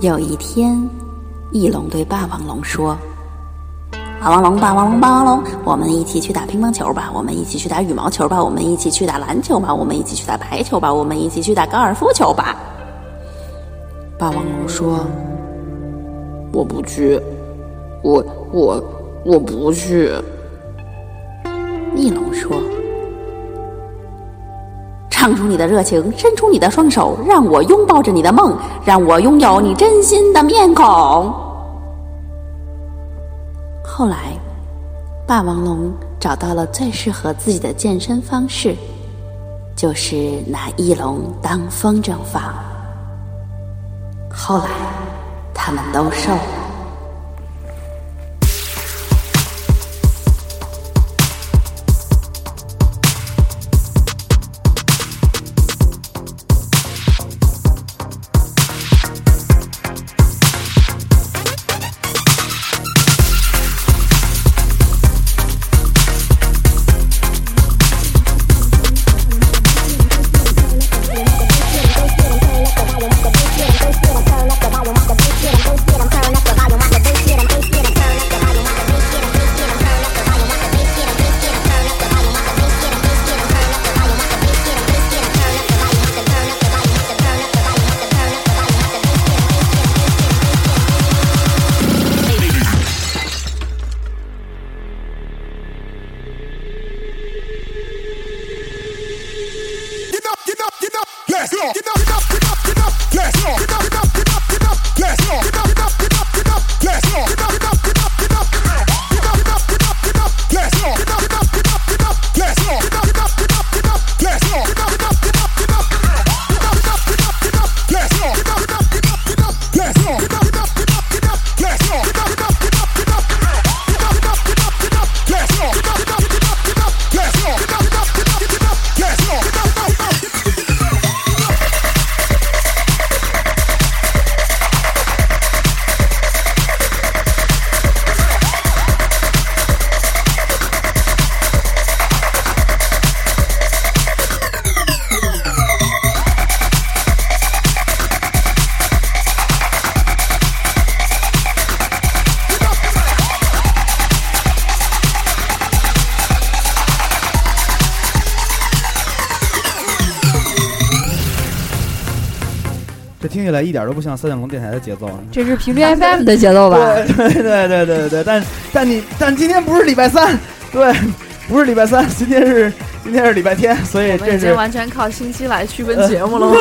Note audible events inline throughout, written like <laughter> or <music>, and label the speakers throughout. Speaker 1: 有一天，翼龙对霸王龙说：“霸王龙，霸王龙，霸王龙，我们一起去打乒乓球吧，我们一起去打羽毛球吧，我们一起去打篮球吧，我们一起去打排球吧，我们一起去打高尔夫球吧。”霸王龙说
Speaker 2: 我不去，我我我不去。：“
Speaker 1: 翼龙说，唱出你的热情，伸出你的双手，让我拥抱着你的梦，让我拥有你真心的面孔。”后来，霸王龙找到了最适合自己的健身方式，就是拿翼龙当风筝放。后来，他们都瘦了。
Speaker 3: Get up, get up, get up, let's go. Get up, get up, get up, get up, let's go. Get up, get up, get up, get up, let's go. Get up, get up, get up, get up, let's go. Get up, get up, get up, get up, get up, get up, get up, get up, let's go. Get up, get up, get up, get up, let's go. Get up, get up, get up, get up, let's go. Get up, get up, get up, get up, get up, get up, get up, get up, let's go. Get up, get up, get up, get up, let's go. Get up, get up, get up, get up, let's go. Get up, get up, get up, get up, get up, get up, get up, get up, let's go. Get up, get up, get up, get up, let's go. Get up, get up, get up, get up, let's go. Get up, get up, get up.
Speaker 4: 这听起来一点都不像三角龙电台的节奏。啊
Speaker 5: 这是频率 FM 的节奏吧？
Speaker 4: <laughs> 对对对对对，但但你但今天不是礼拜三，对，不是礼拜三， <laughs> 今天是今天是礼拜
Speaker 6: <laughs>
Speaker 4: 天，所以
Speaker 6: 我们
Speaker 4: 这
Speaker 6: 已经
Speaker 4: 是
Speaker 6: 完全靠星期来区分节目了吗？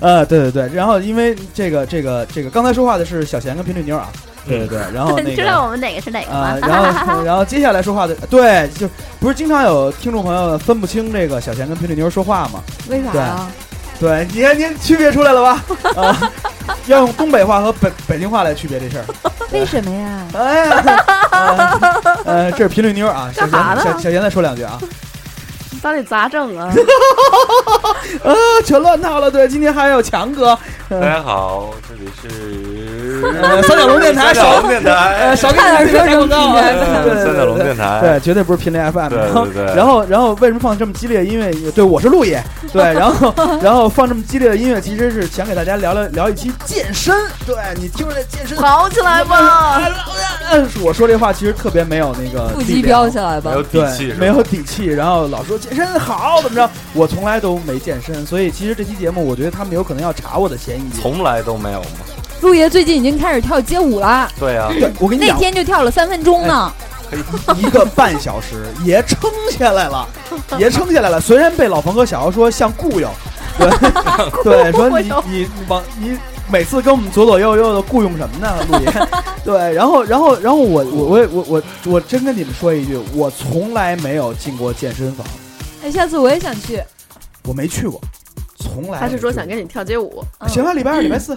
Speaker 4: 呃对对对，然后因为这个这个这个刚才说话的是小贤跟频率妞啊，对
Speaker 6: <laughs>
Speaker 4: 对对，然后那
Speaker 7: 你知道
Speaker 4: 个。
Speaker 7: 我们哪个是哪个
Speaker 4: 啊、
Speaker 7: 吗？
Speaker 4: 然后， <laughs> 然后接下来说话的，对，就不是经常有听众朋友分不清这个小贤跟频率妞说话吗？
Speaker 5: 为啥啊呀？
Speaker 4: 对，你看您区别出来了吧？啊、
Speaker 6: <laughs>
Speaker 4: 要用东北话和北北京话来区别这事儿。
Speaker 5: 为什么呀？
Speaker 6: <laughs>
Speaker 4: 哎，呃，呃这是频率妞啊，小
Speaker 6: 干
Speaker 4: 贤
Speaker 6: 嘛呢
Speaker 4: 小小贤再说两句啊，
Speaker 6: 你到底咋整啊？
Speaker 4: 啊，全乱套了。对，今天还有强哥，
Speaker 8: 大家好，这里是
Speaker 4: 呃三角龙电台
Speaker 8: 三角龙电
Speaker 4: 呃，
Speaker 8: 台，
Speaker 4: 少给你们点广告啊，
Speaker 8: 呃
Speaker 4: 对对
Speaker 8: 三角龙电台，
Speaker 4: 对，绝对不是频率 FM。
Speaker 8: 对
Speaker 4: 然后
Speaker 8: 对，对
Speaker 4: 然后，然后为什么放这么激烈的音乐？对，我是陆爷。对，然
Speaker 6: <laughs>
Speaker 4: 后，然后放这么激烈的音乐，其实是想给大家聊聊聊一期健身。对你听着这健身，
Speaker 6: 跑起来吧！
Speaker 4: 但是 <laughs> 我说这话其实特别没有那个
Speaker 5: 腹
Speaker 4: 力
Speaker 5: 肌
Speaker 4: 量啊
Speaker 5: 飙起来吧
Speaker 8: 没！有
Speaker 4: 对
Speaker 8: 底气，是吧
Speaker 4: 没有底气，然后老说健身好怎么着，我从来都没健身，所以其实这期节目我觉得他们有可能要查我的嫌疑。
Speaker 8: 从来都没有嘛。
Speaker 5: 陆爷最近已经开始跳街舞了，
Speaker 8: 对啊，
Speaker 4: 对，我跟你
Speaker 5: 那
Speaker 4: 讲，
Speaker 5: 天就跳了三分钟呢。
Speaker 4: 一个半小时也撑下来了，也撑下来了。虽然被老冯和小姚说像固有， <laughs>
Speaker 6: <laughs>
Speaker 4: 对对，说你你你往你每次跟我们左左右右的雇佣什么呢，陆爷？ <laughs> 对，然后然后然后我我我我我我真跟你们说一句，我从来没有进过健身房，
Speaker 5: 哎，下次我也想去。
Speaker 4: 我没去过，从来
Speaker 6: 他是说
Speaker 4: 没去
Speaker 6: 想
Speaker 4: 过
Speaker 6: 跟你跳街舞，
Speaker 5: 嗯
Speaker 4: 行吧，礼拜二、礼拜四，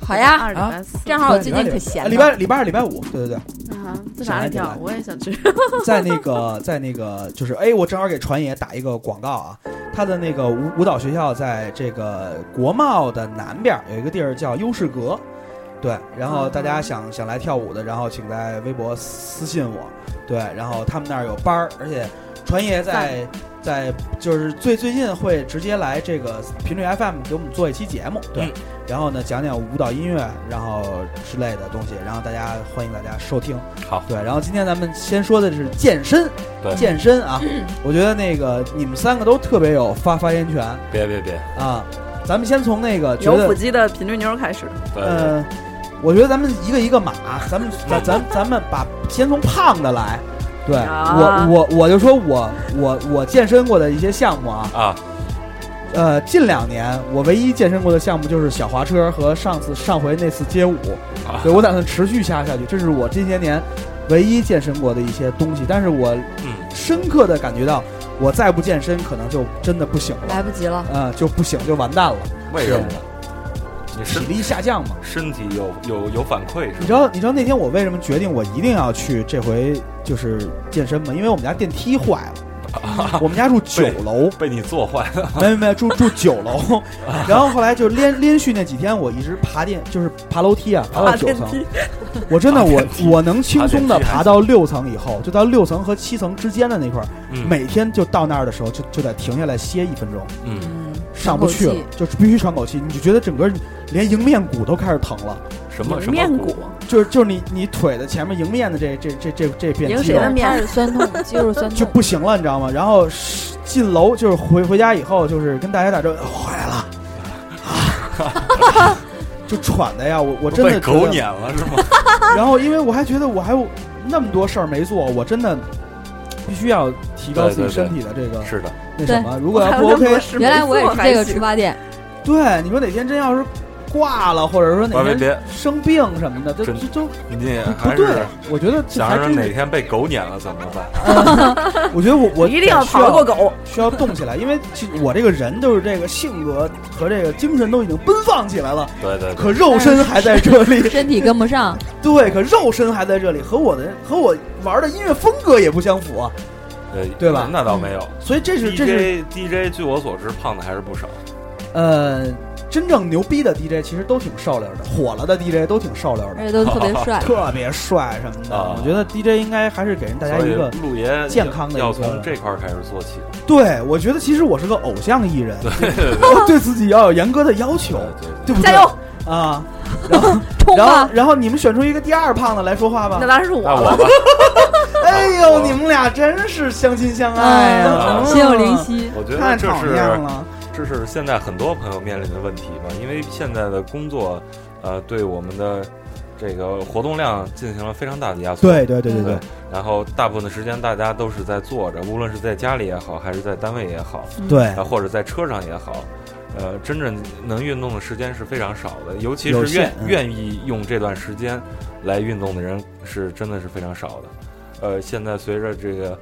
Speaker 5: 好呀，
Speaker 6: 二礼拜四
Speaker 5: 正好我最近可闲
Speaker 4: 啊礼
Speaker 5: 了。
Speaker 4: 拜礼拜二、礼拜五，对对对，
Speaker 6: 啊，在哪里跳？我也想去。
Speaker 4: 在那个在那个就是，哎，我正好给传爷打一个广告啊，他的那个舞舞蹈学校在这个国贸的南边有一个地儿叫优势阁，对，然后大家想想来跳舞的，然后请在微博私信我，对，然后他们那儿有班儿，而且。传爷在在就是最最近会直接来这个频率 FM 给我们做一期节目，对，
Speaker 8: 嗯
Speaker 4: 然后呢讲讲舞蹈音乐，然后之类的东西，然后大家欢迎大家收听。
Speaker 8: 好，
Speaker 4: 对，然后今天咱们先说的是健身，
Speaker 8: 对
Speaker 4: 健身啊，我觉得那个你们三个都特别有发发言权
Speaker 8: 别别别，
Speaker 4: 啊。咱们先从那个觉
Speaker 6: 有腹
Speaker 4: 得，
Speaker 6: 肌的频率妞开始，
Speaker 8: 对对
Speaker 4: 呃，我觉得咱们一个一个码，咱们咱咱咱们把先从胖的来。对我
Speaker 6: 啊
Speaker 4: 我我就说我我我健身过的一些项目啊，
Speaker 8: 啊，
Speaker 4: 呃，近两年我唯一健身过的项目就是小滑车和上次上回那次街舞，
Speaker 8: 啊
Speaker 4: 对我打算持续下下去，这是我这些年唯一健身过的一些东西。但是我
Speaker 8: 嗯
Speaker 4: 深刻的感觉到，我再不健身，可能就真的不行了，
Speaker 5: 来不及了，
Speaker 4: 呃，就不行就完蛋了，
Speaker 8: 为什么呢？
Speaker 4: 体
Speaker 8: 你身
Speaker 4: 力下降嘛。
Speaker 8: 身体有有有反馈是
Speaker 4: 你
Speaker 8: 吧？
Speaker 4: 知道你知道那天我为什么决定我一定要去这回就是健身吗？因为我们家电梯坏
Speaker 8: 啊
Speaker 4: 了，我们
Speaker 8: <laughs>
Speaker 4: 家住九楼，
Speaker 8: 被你做坏了，
Speaker 4: 没没没住住九
Speaker 8: <laughs>
Speaker 4: 楼，然后后来就连连续那几天我一直爬电就是爬楼梯
Speaker 8: <laughs>
Speaker 4: 啊，爬到九层，我真的
Speaker 8: 爬
Speaker 4: 我
Speaker 8: 电梯
Speaker 4: 我能轻松的
Speaker 8: 爬电梯还
Speaker 4: 爬到六层以后，就到六层和七层之间的那块儿，
Speaker 8: 嗯
Speaker 4: 每天就到那儿的时候就就得停下来歇一分钟。
Speaker 8: 嗯
Speaker 5: 嗯，
Speaker 4: 上不去了
Speaker 5: 喘，
Speaker 4: 就是必须喘口气，你就觉得整个连迎面骨都开始疼了，
Speaker 8: 什么
Speaker 6: 迎
Speaker 8: 什么
Speaker 6: 面骨，
Speaker 4: 就是就是你你腿的前面迎面的这这这这这片
Speaker 6: 迎
Speaker 4: 肌
Speaker 6: 谁
Speaker 4: 肉
Speaker 6: 的面
Speaker 5: 开始酸 <laughs> 痛，肌肉酸
Speaker 4: 就
Speaker 5: 痛，
Speaker 4: 不行了，你知道吗？然后是进楼就是回回家以后，就是跟大家打招呼回来了，啊， <laughs> 就喘的呀，我我真的
Speaker 8: 被
Speaker 4: 觉得
Speaker 8: 狗撵了
Speaker 4: <laughs>
Speaker 8: 是吗？
Speaker 4: 然后因为我还觉得我还有那么多事儿没做，我真的必须要提高自己
Speaker 8: 对对对
Speaker 4: 身体的这个
Speaker 8: 是的，
Speaker 4: 那什么，如果要不 OK，
Speaker 5: 原来我也是这个出发点，
Speaker 4: 对，你说哪天真要是挂了，或者说哪
Speaker 8: 别别
Speaker 4: 天
Speaker 8: 别，
Speaker 4: 生病什么的，这
Speaker 8: 真
Speaker 4: 这都
Speaker 8: 你
Speaker 4: 不
Speaker 8: 还
Speaker 4: 对
Speaker 8: 是。
Speaker 4: 我觉得这
Speaker 8: 想
Speaker 4: 还
Speaker 8: 着
Speaker 4: 真
Speaker 8: 哪
Speaker 4: 是，
Speaker 8: 天被狗撵了怎么办？
Speaker 4: 我觉得我我
Speaker 6: <laughs> 一定要
Speaker 4: 需
Speaker 6: 跑得过狗。
Speaker 4: 需要动起来，因为其我这个人就是这个性格和这个精神都已经奔放起来了，
Speaker 8: 对对对，
Speaker 4: 可肉身还在这
Speaker 8: 嗯
Speaker 4: 里。
Speaker 5: 身体跟不上，
Speaker 4: <laughs> 对，可肉身还在这里，和我的和我玩的音乐风格也不相符啊，
Speaker 8: 呃
Speaker 4: 对吧
Speaker 8: 那倒没有。
Speaker 4: 所以这是这是
Speaker 8: DJ DJ，据我所知，胖的还是不少。
Speaker 4: 呃，真正牛逼的 DJ 其实都挺瘦溜的，火了的 DJ 都挺瘦溜
Speaker 5: 而
Speaker 4: 的，，
Speaker 6: 嗯
Speaker 5: 且都特别帅
Speaker 4: 特别帅什么的。
Speaker 8: 啊
Speaker 4: 我觉得 DJ 应该还是给人大家
Speaker 8: 所以
Speaker 4: 一个
Speaker 8: 陆爷
Speaker 4: 健康的一
Speaker 8: 要
Speaker 4: 个
Speaker 8: 从这块儿开始做起。
Speaker 4: 对，我觉得其实我是个偶像艺人，
Speaker 8: 对对
Speaker 4: 要对自己要有严格的要求，
Speaker 8: 对对，
Speaker 4: 对不对？
Speaker 6: 加油！
Speaker 4: 啊！
Speaker 5: 冲啊
Speaker 4: 然后
Speaker 5: 吧！
Speaker 4: 然后你们选出一个第二胖的来说话吧
Speaker 6: 那。当然是我
Speaker 8: 那
Speaker 6: 了
Speaker 8: 我。
Speaker 4: <laughs>
Speaker 8: 吧，
Speaker 4: 哎
Speaker 8: 哦
Speaker 4: 呦，你们俩真是相亲相
Speaker 5: 哎
Speaker 4: 爱呀、
Speaker 8: 啊
Speaker 4: 嗯
Speaker 5: 心有灵， <laughs> 犀，
Speaker 8: 我觉
Speaker 4: 太
Speaker 8: 得这
Speaker 4: 讨厌
Speaker 8: 是
Speaker 4: 了。
Speaker 8: 这是现在很多朋友面临的问题吧，因为现在的工作，呃，对我们的这个活动量进行了非常大的压缩。
Speaker 4: 对对对对对
Speaker 8: 然后大部分的时间大家都是在坐着，无论是在家里也好，还是在单位也好，
Speaker 4: 对
Speaker 8: 啊，或者在车上也好，呃，真正能运动的时间是非常少的，尤其
Speaker 4: 有
Speaker 8: 是
Speaker 4: 限
Speaker 8: 愿
Speaker 4: 嗯
Speaker 8: 愿意用这段时间来运动的人是真的是非常少的。呃，现在随着这个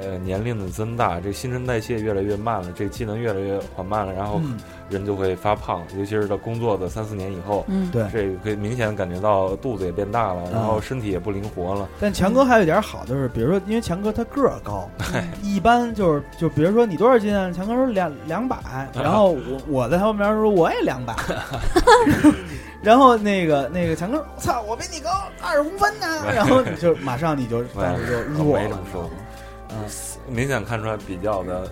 Speaker 8: 呃年龄的增大，这新陈代谢越来越慢了，这机能越来越缓慢了，然后
Speaker 4: 嗯
Speaker 8: 人就会发胖，尤其是到工作的三四年以后。
Speaker 5: 嗯，
Speaker 4: 对。
Speaker 8: 这个可以明显感觉到肚子也变大了，然后
Speaker 4: 嗯
Speaker 8: 身体也不灵活了。
Speaker 4: 但强哥还有一点好，就是比如说，因为强哥他个儿高，一般就是就比如说你多少斤啊？强哥说两
Speaker 8: <laughs>
Speaker 4: 两百，然后我我在他旁边说我也两百，然后那个那个强哥说，我操，我比你高二十公分呢，
Speaker 8: <laughs>
Speaker 4: 然后你就马上你就当时就弱
Speaker 8: 没这
Speaker 4: 了
Speaker 8: 么，说，
Speaker 4: 嗯
Speaker 8: 明显看出来比较的，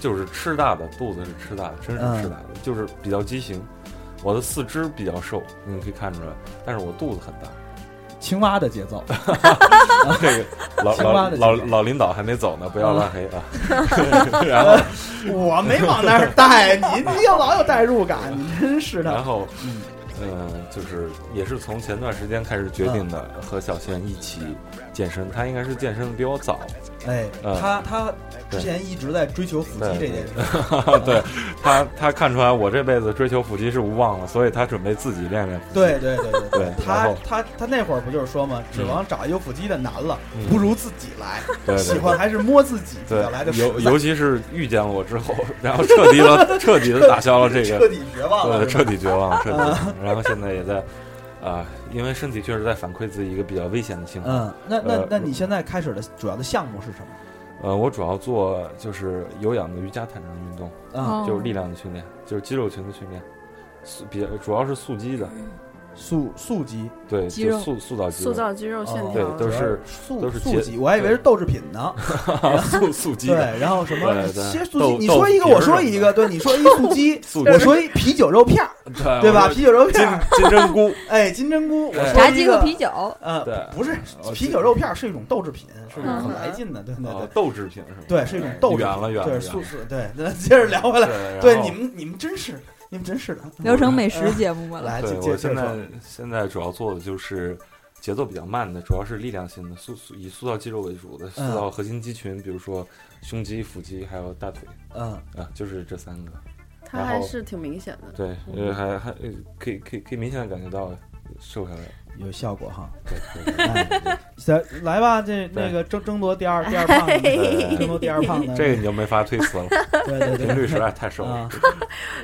Speaker 8: 就是吃大的，肚子是吃大的，真是
Speaker 4: 嗯
Speaker 8: 吃大的，就是比较畸形。我的四肢比较瘦，你可以看出来，但是我肚子很大。
Speaker 4: 青蛙的节奏。
Speaker 8: 这个
Speaker 4: <laughs>
Speaker 8: 老
Speaker 4: 青蛙
Speaker 8: 老
Speaker 4: 的嗯
Speaker 8: 老
Speaker 4: 情况
Speaker 8: 老领导还没走呢，不要拉黑啊。然后
Speaker 4: 我没往那儿带，你你老有代入感，你真是
Speaker 8: 然
Speaker 4: 的。
Speaker 8: 后
Speaker 4: 嗯，
Speaker 8: 嗯、就是也是从前段时间开始决定的，
Speaker 4: 嗯
Speaker 8: 和小倩一起健身。她应该是健身的比我早， <laughs>
Speaker 4: 哎，
Speaker 8: 嗯
Speaker 4: 他他之前一直在追求腹肌这件事，
Speaker 8: 啊对她她看出来我这辈子追求腹肌是无望了，所以她准备自己练练腹肌。
Speaker 4: 对对对对
Speaker 8: 对然
Speaker 4: 他
Speaker 8: 后
Speaker 4: 他他那会儿不就是说嘛，指望找有腹肌的难了，
Speaker 8: 嗯
Speaker 4: 不如自己来，
Speaker 8: 对对
Speaker 4: 喜欢还是摸自己比
Speaker 8: 对
Speaker 4: 较来的，
Speaker 8: 尤
Speaker 4: 实在
Speaker 8: 尤其是遇见我之后，然后彻底
Speaker 4: <laughs>
Speaker 8: 了，彻底的打消了这
Speaker 4: 彻
Speaker 8: 个，
Speaker 4: 底绝望了嗯
Speaker 8: 对，，
Speaker 4: 是吧
Speaker 8: 彻底绝望，彻底绝望。然后现在也在，啊，因为身体确实在反馈自己一个比较危险的情况。
Speaker 4: 嗯，那那
Speaker 8: 呃
Speaker 4: 那你现在开始的主要的项目是什么？
Speaker 8: 呃，我主要做就是有氧的瑜伽坦诚运动，
Speaker 4: 啊，
Speaker 5: 哦
Speaker 8: 就是力量的训练，就是肌肉群的训练，塑比较主要是塑肌的。
Speaker 4: 素素鸡，
Speaker 8: 对，
Speaker 5: 肌
Speaker 8: 就
Speaker 5: 肉
Speaker 8: 塑塑造肌
Speaker 6: 塑
Speaker 8: 肉，
Speaker 6: 造肌肉线
Speaker 4: 哦
Speaker 8: 对
Speaker 6: 条，
Speaker 8: 都是
Speaker 4: 素
Speaker 8: 都是
Speaker 4: 素
Speaker 8: 结
Speaker 4: 鸡，我还以为是豆制品呢。
Speaker 8: 塑塑肌
Speaker 4: 对
Speaker 8: 肉，，
Speaker 4: 然后什么
Speaker 8: 对对
Speaker 4: 切素鸡，你
Speaker 8: 豆
Speaker 4: 说一个，
Speaker 8: 豆皮儿，
Speaker 4: 我说一个，对，你说一素鸡
Speaker 8: <laughs> 素鸡
Speaker 4: 我说
Speaker 8: <laughs>
Speaker 4: 一啤酒肉片儿，
Speaker 8: 对
Speaker 4: 对吧？
Speaker 8: 我说
Speaker 4: 啤酒肉片
Speaker 8: 金
Speaker 4: 儿，
Speaker 8: 金针菇，
Speaker 4: 哎，金针菇，我
Speaker 8: 哎
Speaker 5: 炸
Speaker 4: 说
Speaker 5: 鸡
Speaker 4: 一
Speaker 5: 和
Speaker 4: 个
Speaker 5: 啤酒，
Speaker 4: 呃，
Speaker 8: 对
Speaker 4: 不是
Speaker 8: 哦
Speaker 4: 啤
Speaker 8: 这
Speaker 4: 酒肉片儿是一种豆制品，是一种
Speaker 5: 嗯
Speaker 4: 很来劲的，对对
Speaker 8: 哦
Speaker 4: 对，
Speaker 8: 豆制品是吗？
Speaker 4: 对，是一种豆制品。
Speaker 8: 远了远了
Speaker 4: 对，
Speaker 8: 远
Speaker 4: 素
Speaker 8: 了
Speaker 4: 素对，那接着聊回来。
Speaker 8: 对
Speaker 4: 对，
Speaker 8: 然后
Speaker 4: 你们你们真是，你们真是的。
Speaker 5: 聊成美食节目了。
Speaker 4: 来，接
Speaker 8: 对
Speaker 4: 接
Speaker 8: 我
Speaker 4: 接
Speaker 8: 现
Speaker 4: 着说。
Speaker 8: 在现在主要做的就是节奏比较慢的，主要是力量型的，塑塑以塑造肌肉为主的，塑
Speaker 4: 嗯
Speaker 8: 造核心肌群，比如说胸肌、腹肌还有大腿
Speaker 4: 嗯，
Speaker 8: 啊，就是这三个。
Speaker 6: 它
Speaker 8: 然
Speaker 6: 还
Speaker 8: 后
Speaker 6: 是挺明显
Speaker 8: <laughs>
Speaker 6: 的。
Speaker 8: 对，
Speaker 4: 嗯
Speaker 8: 呃，还还呃可以可以可以明显的感觉到瘦下来了。
Speaker 4: 有效果
Speaker 5: <laughs>
Speaker 4: 哈。
Speaker 8: 对
Speaker 4: <laughs>
Speaker 8: 对对
Speaker 4: 哎，
Speaker 8: 对
Speaker 4: 行，来吧，这
Speaker 8: 对
Speaker 4: 那个争争夺第
Speaker 5: <laughs>
Speaker 4: 二第二胖的，
Speaker 8: 对
Speaker 4: 争夺第二胖的。
Speaker 8: 这个你就没法推
Speaker 4: <laughs>
Speaker 8: 辞了，
Speaker 4: 对对对，
Speaker 8: 频率实在太瘦 <laughs> 了
Speaker 4: 啊。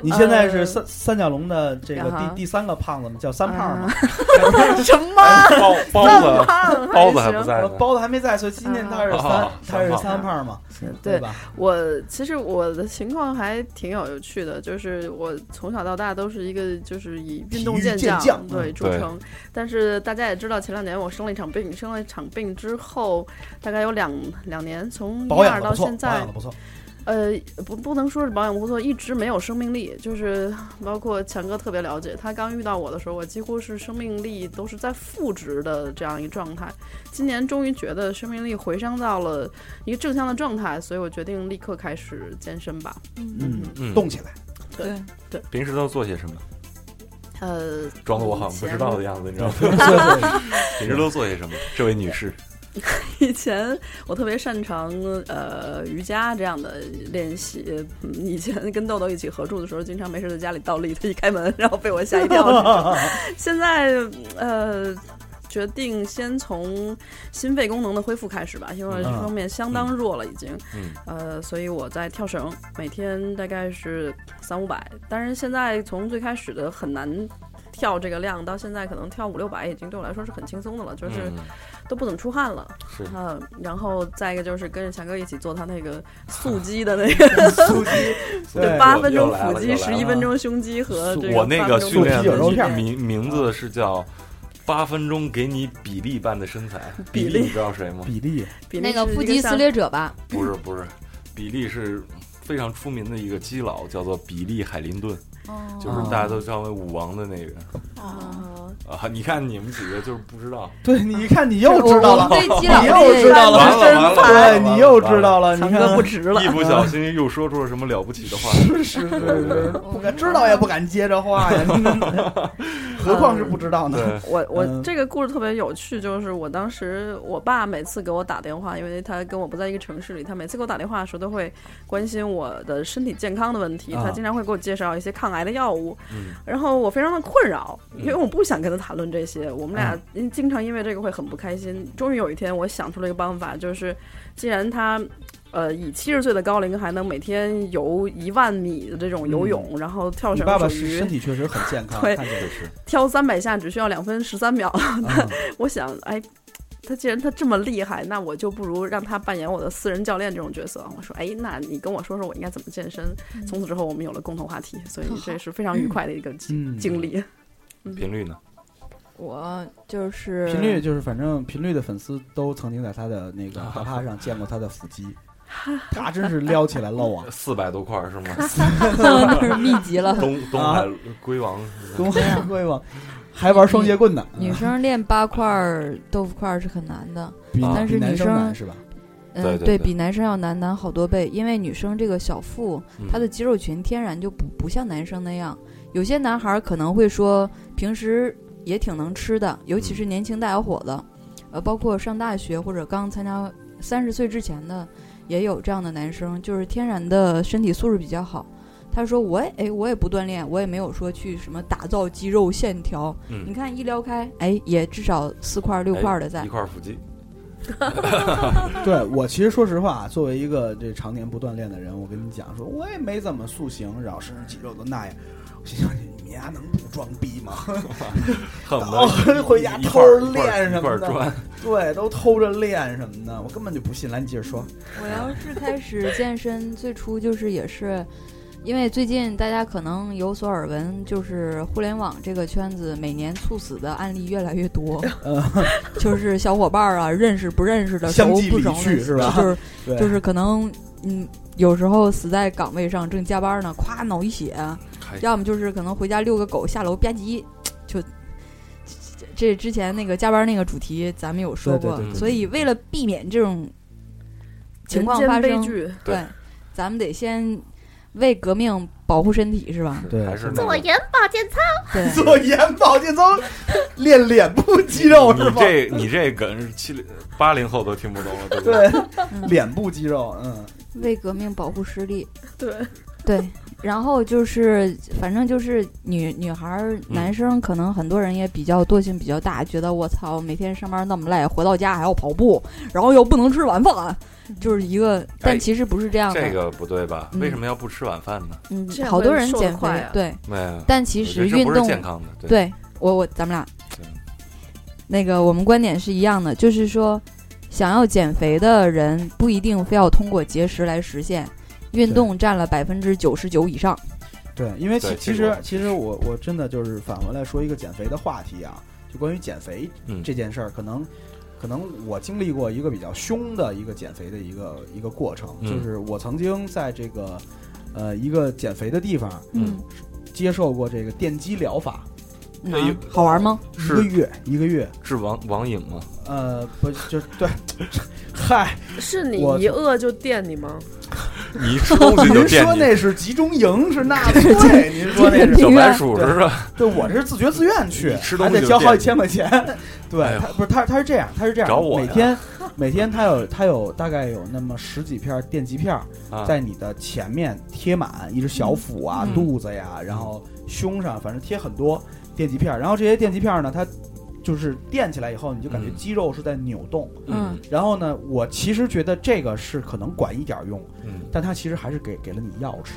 Speaker 4: 你现在是
Speaker 6: 呃
Speaker 4: 三三角龙的这个
Speaker 6: 然
Speaker 4: 第
Speaker 6: 后
Speaker 4: 第三个胖子吗？叫三胖吗？
Speaker 6: 什么？
Speaker 8: 哎包包 <laughs>
Speaker 6: 胖
Speaker 8: 子啊包子还不在
Speaker 4: 呃
Speaker 8: 呢，
Speaker 4: 包子还没在，所以今天他是三
Speaker 8: 啊，
Speaker 4: 他是
Speaker 8: 三胖
Speaker 4: 三胖嘛，
Speaker 6: 对
Speaker 4: 吧？
Speaker 6: 我其实我的情况还挺有趣的，就是我从小到大都是一个就是以运动健
Speaker 4: 体育健将
Speaker 6: 对
Speaker 4: 嗯
Speaker 6: 著称，但是大家也知道，前两年我生了一场病，生了一场病之后，大概有两两年，从一
Speaker 4: 保养
Speaker 6: 二
Speaker 4: 的
Speaker 6: 到
Speaker 4: 不错，
Speaker 6: 现
Speaker 4: 保养
Speaker 6: 在
Speaker 4: 的，不错。
Speaker 6: 呃，不不能说是保养不错，一直没有生命力，就是包括强哥特别了解，他刚遇到我的时候，我几乎是生命力都是在负值的这样一个状态。今年终于觉得生命力回升到了一个正向的状态，所以我决定立刻开始健身吧。
Speaker 4: 嗯，
Speaker 8: 嗯，
Speaker 4: 动
Speaker 6: <laughs>
Speaker 8: <laughs>
Speaker 4: 起来。
Speaker 5: 对，
Speaker 8: 平时都做些什么？
Speaker 6: 呃，
Speaker 8: 装的我好像不知道的样子，你知道吗？
Speaker 4: 对对对
Speaker 8: 平时都做些什么？这位女士，
Speaker 6: <laughs> 以前我特别擅长呃瑜伽这样的练习。嗯以前跟豆豆一起合住的时候，经常没事在家里倒立，他一开门， <laughs> 然后被我吓一跳。那种 <laughs> 现在呃。决定先从心肺功能的恢复开始吧，因为这方面相当弱了已经。
Speaker 8: 嗯，
Speaker 6: 呃，所以我在跳绳，每天大概是三五百，但是现在从最开始的很难跳这个量，到现在可能跳五六百已经对我来说是很轻松的了，就是
Speaker 8: 嗯
Speaker 6: 都不怎么出汗了。
Speaker 8: 是
Speaker 6: 嗯，然后再一个就是跟着强哥一起做他那个素肌的那个
Speaker 4: 素鸡，对
Speaker 6: <laughs> 八
Speaker 8: 又
Speaker 6: 分钟
Speaker 8: 嗯又来
Speaker 6: 腹
Speaker 8: 了又
Speaker 6: 肌、
Speaker 8: 来
Speaker 6: 十
Speaker 8: 了啊
Speaker 6: 一分钟胸肌和这个
Speaker 8: 我那
Speaker 6: 8分
Speaker 8: 个
Speaker 6: 钟
Speaker 8: 训练
Speaker 4: 素啤酒肉片
Speaker 8: 的
Speaker 4: 儿
Speaker 8: 名名字是叫“八分钟给你比例般的
Speaker 4: <laughs>
Speaker 8: 身材”，
Speaker 6: 比
Speaker 8: 比利
Speaker 6: 利
Speaker 8: 你知道谁吗？
Speaker 4: 比例
Speaker 6: 比例
Speaker 5: 那个
Speaker 6: 是一
Speaker 5: 腹肌
Speaker 6: 像
Speaker 5: 撕裂者吧，
Speaker 8: 不是不是，比利是非常出名的一个基佬，叫做比利海林顿，
Speaker 4: 哦
Speaker 5: 哦
Speaker 8: 就是大家都叫为舞王的那个
Speaker 6: 啊，
Speaker 8: 啊。你看你们几个就是不知道，
Speaker 4: 对你一看你又知道了
Speaker 5: 我，们对基佬
Speaker 4: 你又知道
Speaker 8: 完了
Speaker 4: 了，
Speaker 8: 完了，
Speaker 4: 对
Speaker 8: 完了
Speaker 4: 你又知，道了，你
Speaker 6: 强
Speaker 4: 看
Speaker 6: 哥不值了
Speaker 8: 完了一。不小心又说出了什么了不起
Speaker 4: <laughs>
Speaker 8: 的话。
Speaker 4: 是是是
Speaker 6: <laughs>
Speaker 4: 是，不敢知道也不敢接这话
Speaker 8: <laughs>
Speaker 4: 呀， <laughs> 真的何况是不知道呢？
Speaker 8: 对，
Speaker 6: 我我
Speaker 4: 嗯
Speaker 6: 这个故事特别有趣，就是我当时我爸每次给我打电话，因为他跟我不在一个城市里，他每次给我打电话的时候都会关心我的身体健康的问题，
Speaker 4: 啊
Speaker 6: 他经常会给我介绍一些抗癌的药物，
Speaker 8: 嗯
Speaker 6: 然后我非常的困扰，因为我不想跟他谈论这些，我们俩因经常因为这个会很不开心。终于有一天，我想出了一个办法，就是既然他。呃，以七十岁的高龄还能每天游一万米的这种游泳，然后
Speaker 4: 嗯
Speaker 6: 跳
Speaker 4: 你
Speaker 6: 绳，
Speaker 4: 爸爸
Speaker 6: 属于
Speaker 4: 是身体确实很健康，
Speaker 6: 嗯对
Speaker 4: 看起来是。
Speaker 8: <laughs>
Speaker 6: 挑三百下只需要两分十三秒，
Speaker 4: 嗯
Speaker 6: 我想，哎，他既然他这么厉害，那我就不如让他扮演我的私人教练这种角色。我说，哎，那你跟我说说我应该怎么健身。从此之后，我们有了共同话题，所以
Speaker 5: 特好
Speaker 6: 这是非常愉快的一个经
Speaker 4: 嗯
Speaker 6: 经 <laughs> 历。
Speaker 8: 频率呢？
Speaker 5: 我就是
Speaker 4: 频
Speaker 5: <laughs>
Speaker 4: 率就是，反正频率的粉丝都曾经在他的那个啪
Speaker 5: <laughs>
Speaker 4: 啪上见过他的腹肌，他真是撩起来漏
Speaker 5: <laughs>
Speaker 4: 啊！
Speaker 8: 四百多块儿是吗？
Speaker 4: <laughs>
Speaker 5: 那是密集了。
Speaker 8: 东东海龟王，
Speaker 4: 啊东海会吗？还玩双截棍
Speaker 8: 嗯
Speaker 4: 呢，
Speaker 5: 女生练八块儿豆腐块儿是很难的，
Speaker 4: 比
Speaker 8: 啊
Speaker 5: 但是
Speaker 4: 比男
Speaker 5: 女
Speaker 4: 生
Speaker 5: 生
Speaker 4: 难是吧？
Speaker 5: 嗯，
Speaker 8: 对对对
Speaker 5: 比男生要难难好多倍，因为女生这个小腹，
Speaker 8: 嗯
Speaker 5: 她的肌肉群天然就不不像男生那样。有些男孩儿可能会说，平时也挺能吃的，尤
Speaker 8: 嗯
Speaker 5: 其是年轻大小伙子，呃，包括上大学或者刚参加三十岁之前的，也有这样的男生，就是天然的身体素质比较好。他说：“我也哎，我也不锻炼，我也没有说去什么打造肌肉线条。
Speaker 8: 嗯
Speaker 5: 你看一撩开，哎，也至少四块儿六
Speaker 8: 哎
Speaker 5: 块儿的在
Speaker 8: 一。块儿腹肌，
Speaker 4: 对我其实说实话，啊作为一个这常年不锻炼的人，我跟你讲，说我也没怎么塑形，然后身上肌肉都那样，我心想你们丫能不装逼吗？ <laughs>
Speaker 8: 恨不
Speaker 4: 哦
Speaker 8: 得
Speaker 4: 回家
Speaker 8: 一块儿
Speaker 4: 偷着练
Speaker 8: 一块儿一
Speaker 4: 什么的
Speaker 8: 块儿砖。
Speaker 4: 对，都偷着练什么的，我根本就不信。来，你接着说，
Speaker 5: 我要是开始健身，最初就是也是因为最近大家可能有所耳闻，就是互联网这个圈子每年猝死的案例越来
Speaker 4: <laughs>
Speaker 5: 越多，就是小伙伴儿啊，认识不认识的，
Speaker 4: 相
Speaker 5: 熟
Speaker 4: 继
Speaker 5: 不
Speaker 4: 离
Speaker 5: 熟
Speaker 4: 去
Speaker 5: 的，
Speaker 4: 是吧
Speaker 5: 就是
Speaker 4: 对
Speaker 5: 就是可能嗯，有时候死在岗位上正加班呢，咵脑溢血，啊要么就是可能回家遛个狗，下楼吧唧就。这之前那个加班那个主题咱们有说
Speaker 4: 对对
Speaker 5: 过，
Speaker 8: 对对
Speaker 5: 所以为了避免这种情况
Speaker 6: 人间
Speaker 5: 发生
Speaker 6: 悲，剧，
Speaker 8: 对
Speaker 5: 对，咱们得先为革命保护身体，是 <laughs> 吧？
Speaker 8: 是
Speaker 4: 对
Speaker 7: <laughs>
Speaker 8: 还是那
Speaker 7: 做
Speaker 8: 个
Speaker 7: 眼保健操，
Speaker 5: 对，
Speaker 4: 做眼保健操练脸部肌肉是
Speaker 8: 你
Speaker 4: 吗？
Speaker 8: 这你这梗是七零八零后都听不懂了，对不 <laughs> 对？
Speaker 4: 对，<laughs>
Speaker 5: 嗯
Speaker 4: 脸部肌肉，嗯，
Speaker 5: 为革命保护视力。
Speaker 6: 对，
Speaker 5: 对，然后就是，反正就是女女孩
Speaker 8: 嗯
Speaker 5: 儿、男生，可能很多人也比较惰性比较大，觉得我操，每天上班那么累，回到家还要跑步，然后又不能吃晚饭，就是一个，但其实不是这样的。
Speaker 8: 哎这个不对吧？
Speaker 5: 嗯
Speaker 8: 为什么要不吃晚饭呢？
Speaker 5: 嗯
Speaker 6: 这，样
Speaker 5: 好多人
Speaker 6: 会瘦得
Speaker 5: 减肥，
Speaker 6: 快啊
Speaker 5: 对，
Speaker 8: 没有，
Speaker 5: 但其
Speaker 8: 我觉
Speaker 5: 实
Speaker 8: 得这
Speaker 5: 运
Speaker 8: 不是
Speaker 5: 动
Speaker 8: 健康的，对
Speaker 5: 对我我咱们俩
Speaker 8: 对，
Speaker 5: 那个我们观点是一样的，就是说，想要减肥的人不一定非要通过节食来实现，运
Speaker 4: 对
Speaker 5: 动占了百分之九十九以上。
Speaker 4: 对，因为其
Speaker 8: 对
Speaker 4: 其
Speaker 8: 这
Speaker 4: 实
Speaker 8: 个
Speaker 4: 其实我我真的就是返回来说一个减肥的话题啊，就关于减肥
Speaker 8: 嗯
Speaker 4: 这件事儿，可能可能我经历过一个比较凶的一个减肥的一个一个过程，
Speaker 8: 嗯
Speaker 4: 就是我曾经在这个呃一个减肥的地方
Speaker 8: 嗯
Speaker 4: 接受过这个电击疗法，
Speaker 5: 嗯
Speaker 8: 那有
Speaker 5: 好玩吗？
Speaker 4: 一个
Speaker 8: 是
Speaker 4: 月一个月，
Speaker 8: 是网网瘾
Speaker 4: <laughs>
Speaker 8: 吗？
Speaker 4: 呃，不就是对， <laughs> 嗨，
Speaker 6: <laughs> 是你
Speaker 4: 我
Speaker 6: 一饿就电你吗？
Speaker 8: 你一吃东西就
Speaker 4: 您
Speaker 8: 惦
Speaker 4: 说
Speaker 8: 记
Speaker 4: 那是集中营是那对，您说那是
Speaker 8: <laughs> 小白鼠是吧？
Speaker 4: 对，我这是自觉自愿去，
Speaker 8: <laughs> 你吃东
Speaker 4: 还
Speaker 8: 西
Speaker 4: 得
Speaker 8: 就
Speaker 4: 交好
Speaker 8: 惦
Speaker 4: 几千块钱。
Speaker 8: <laughs>
Speaker 4: 对，
Speaker 8: 哎呦
Speaker 4: 他不是他，他是这样，他是这样，
Speaker 8: 找我
Speaker 4: 每
Speaker 8: 呀
Speaker 4: 天每天他有他有大概有那么十几片电极片儿
Speaker 8: 啊，
Speaker 4: 在你的前面贴满，一只小腹啊、
Speaker 5: 嗯
Speaker 4: 肚子呀，然后胸上，反正贴很多电极片儿。然后这些电极片儿呢，它就是电起来以后，你就感觉
Speaker 8: 嗯
Speaker 4: 肌肉是在扭动。
Speaker 5: 嗯
Speaker 4: 然后呢，我其实觉得这个是可能管一点儿用，
Speaker 8: 嗯，
Speaker 4: 但它其实还是给给了你药吃。